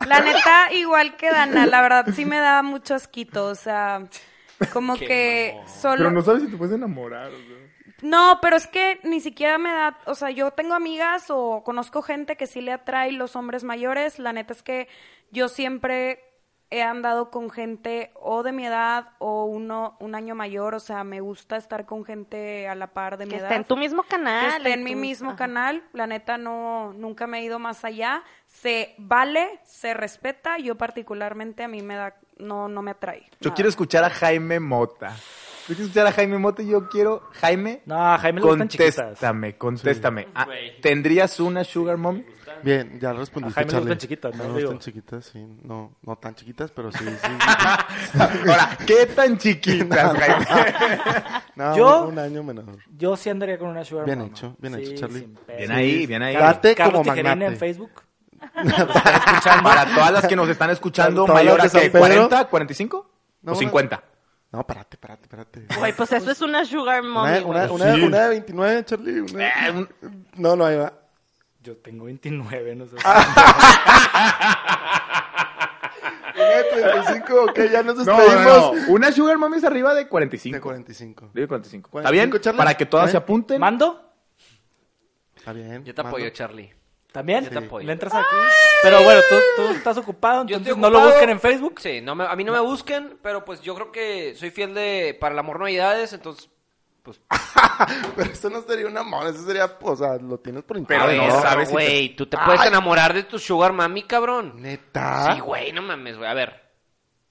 S8: La neta, igual que Dana, la verdad sí me daba mucho asquito, o sea, como que solo...
S4: sabes si te puedes enamorar.
S8: No, pero es que ni siquiera me da, o sea, yo tengo amigas o conozco gente que sí le atrae los hombres mayores. La neta es que yo siempre he andado con gente o de mi edad o uno un año mayor, o sea, me gusta estar con gente a la par de mi
S2: que
S8: edad.
S2: esté en tu mismo
S8: que
S2: canal.
S8: esté en
S2: tu
S8: mi
S2: mis-
S8: mismo
S2: Ajá.
S8: canal. La neta no nunca me he ido más allá. Se vale, se respeta. Yo particularmente a mí me da no no me atrae.
S4: Yo
S8: nada.
S4: quiero escuchar a Jaime Mota. Yo quiero escuchar a Jaime Mota y yo quiero, Jaime,
S3: No, Jaime le gustan chiquitas. A
S4: contéstame, contéstame. Ah, ¿Tendrías una sugar mommy?
S7: Bien, ya respondiste,
S3: Jaime le
S7: Charlie.
S3: gustan chiquitas,
S7: No,
S3: ¿no?
S7: no
S3: Digo.
S7: están chiquitas, sí. No, no tan chiquitas, pero sí, sí, sí.
S3: [LAUGHS]
S4: Ahora, ¿qué tan chiquitas, Jaime?
S7: No,
S3: Yo-
S7: un año menor.
S3: Yo sí andaría con una sugar
S7: Bien
S3: mama.
S7: hecho, bien hecho,
S3: [LAUGHS] Sí,
S7: Charlie.
S3: sin pedo.
S4: [LAUGHS] Bien ahí, bien ahí.
S7: Date
S3: Carlos
S7: como
S3: Tijerina
S7: magnate.
S3: en Facebook.
S4: Para todas las que nos están escuchando,
S7: Todas las
S4: mayor
S7: de
S4: a
S7: San
S4: qué,
S7: Pedro.
S4: 40, 45
S7: No,
S4: o
S7: no.
S4: 50.
S7: No, espérate, espérate, espérate.
S2: Güey, pues eso es una sugar mommy.
S7: Una,
S2: güey.
S7: una, una, una de 29, Charlie. una-
S3: Eh,
S7: No, no, ahí va.
S3: Yo tengo 29, no sé.
S7: Ah. Una de 35, ok, ya
S3: [LAUGHS]
S7: nos
S4: No,
S7: despedimos.
S4: no, no. Una sugar mommy es arriba de 45.
S7: De 45.
S4: Arriba de 45. ¿Está
S7: 45,
S4: bien?
S7: Charlie.
S4: Para que todas
S7: ¿Eh?
S4: se apunten.
S3: ¿Mando?
S7: Está bien.
S1: Yo te apoyo,
S7: mando.
S1: Charlie.
S3: ¿También?
S1: Yo te apoyo.
S3: ¿Le entras aquí? Pero bueno, tú, tú estás ocupado,
S1: Yo
S3: entonces
S1: estoy
S3: no lo
S1: ocupado.
S3: busquen en Facebook.
S1: Sí, no me- a mí no me busquen, pero pues yo creo que soy fiel de para el amor no hay edades, entonces pues,
S7: [LAUGHS] Pero eso no sería un amor, eso sería, o sea, lo tienes por internet.
S1: pero
S4: no,
S1: eso,
S4: sabes si te-
S1: güey, tú te puedes
S7: Ay.
S1: enamorar de tu sugar mami, cabrón.
S7: Neta.
S1: Sí, güey, no mames, güey. A ver.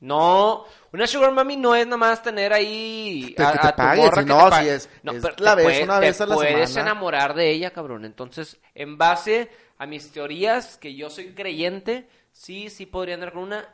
S1: No, una sugar mami no es nada más tener ahí
S7: Que- que te
S1: tu
S7: pague,
S1: morra
S7: si
S1: que te
S7: no,
S1: pague.
S7: si es- es
S1: pero
S7: la
S1: te
S7: vez,
S1: puedes-
S7: una vez a la
S1: Te puedes
S7: semana.
S1: enamorar de ella, cabrón. Entonces, en base a mis teorías, que yo soy creyente, sí, sí podría andar con una.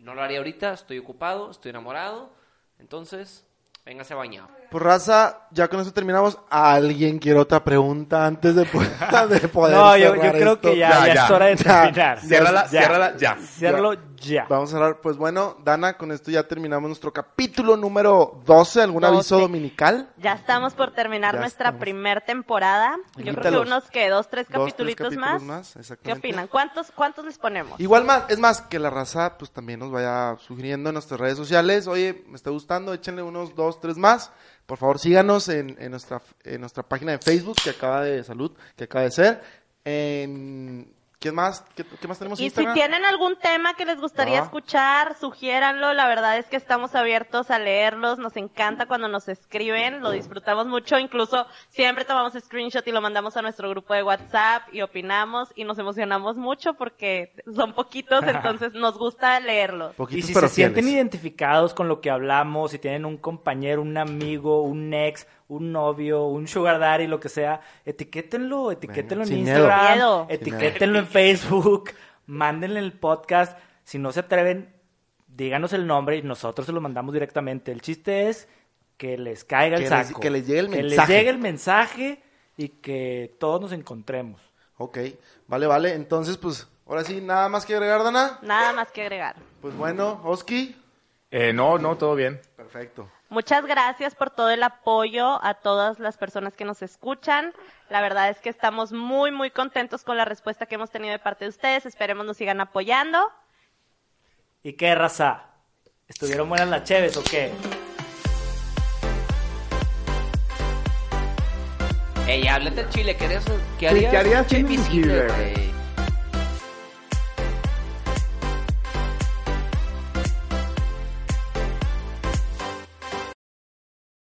S1: No lo haría ahorita, estoy ocupado, estoy enamorado. Entonces, véngase bañado.
S7: Pues raza, ya con eso terminamos. ¿Alguien quiere otra pregunta antes de, po- [LAUGHS] de poder
S3: No, yo, yo
S7: cerrar
S3: creo
S7: esto?
S3: que ya,
S4: Ya,
S3: ya
S4: ya.
S3: es hora de
S7: Ya.
S3: terminar.
S4: Ciérrala, ciérrala ya.
S3: Ciérralo ya.
S7: Vamos a hablar, pues bueno, Dana, con esto ya terminamos nuestro capítulo número 12, algún aviso
S2: 12.
S7: dominical.
S2: Ya estamos por terminar
S7: Ya
S2: nuestra
S7: estamos.
S2: primer temporada. Yo creo
S7: Quítalos.
S2: que unos que dos,
S7: Dos, tres
S2: tres capitulitos
S7: capítulos
S2: más.
S7: más,
S2: ¿Qué
S7: exactamente.
S2: opinan? ¿Cuántos, cuántos les ponemos?
S7: Igual más, es más, que la raza pues también nos vaya sugiriendo en nuestras redes sociales. Oye, me está gustando, échenle unos dos, tres más. Por favor, síganos en, en nuestra, en nuestra página de Facebook que acaba de salud, que acaba de ser. En, ¿Quién más? ¿Qué, qué más tenemos en
S2: Y si
S7: Instagram?
S2: tienen algún tema que les gustaría
S7: Ah.
S2: escuchar, sugiéranlo. La verdad es que estamos abiertos a leerlos. Nos encanta cuando nos escriben. Lo disfrutamos mucho. Incluso siempre tomamos screenshot y lo mandamos a nuestro grupo de WhatsApp y opinamos y nos emocionamos mucho porque son poquitos, entonces nos gusta leerlos.
S3: Y
S7: Poquitos,
S3: si
S7: pero
S3: se sienten
S7: fieles.
S3: identificados con lo que hablamos, si tienen un compañero, un amigo, un ex, un novio, un sugar daddy, lo que sea, etiquétenlo, etiquétenlo en
S7: sin miedo.
S3: Instagram,
S2: Miedo.
S3: etiquétenlo en Facebook, mándenle el podcast. Si no se atreven, díganos el nombre y nosotros se lo mandamos directamente. El chiste es que les caiga el
S7: Que les-
S3: saco.
S7: que les llegue el
S3: Que les
S7: mensaje.
S3: llegue el mensaje y que todos nos encontremos.
S7: Ok, vale, vale. Entonces, pues, ahora sí, nada más que agregar, Dana.
S2: Nada más que agregar.
S7: Pues bueno, Oski.
S4: Eh, no, no, todo bien.
S7: Perfecto.
S2: Muchas gracias por todo el apoyo a todas las personas que nos escuchan. La verdad es que estamos muy, muy contentos con la respuesta que hemos tenido de parte de ustedes. Esperemos nos sigan apoyando.
S3: ¿Y qué raza?
S7: [LAUGHS]
S3: ¿Estuvieron buenas las cheves o qué?
S1: Ey, háblate al chile, ¿qué harías? ¿Qué
S9: Sí,
S1: harías?
S9: ¿qué harías
S1: Che,
S9: sin un
S1: visible,
S9: chile, güey?
S1: güey.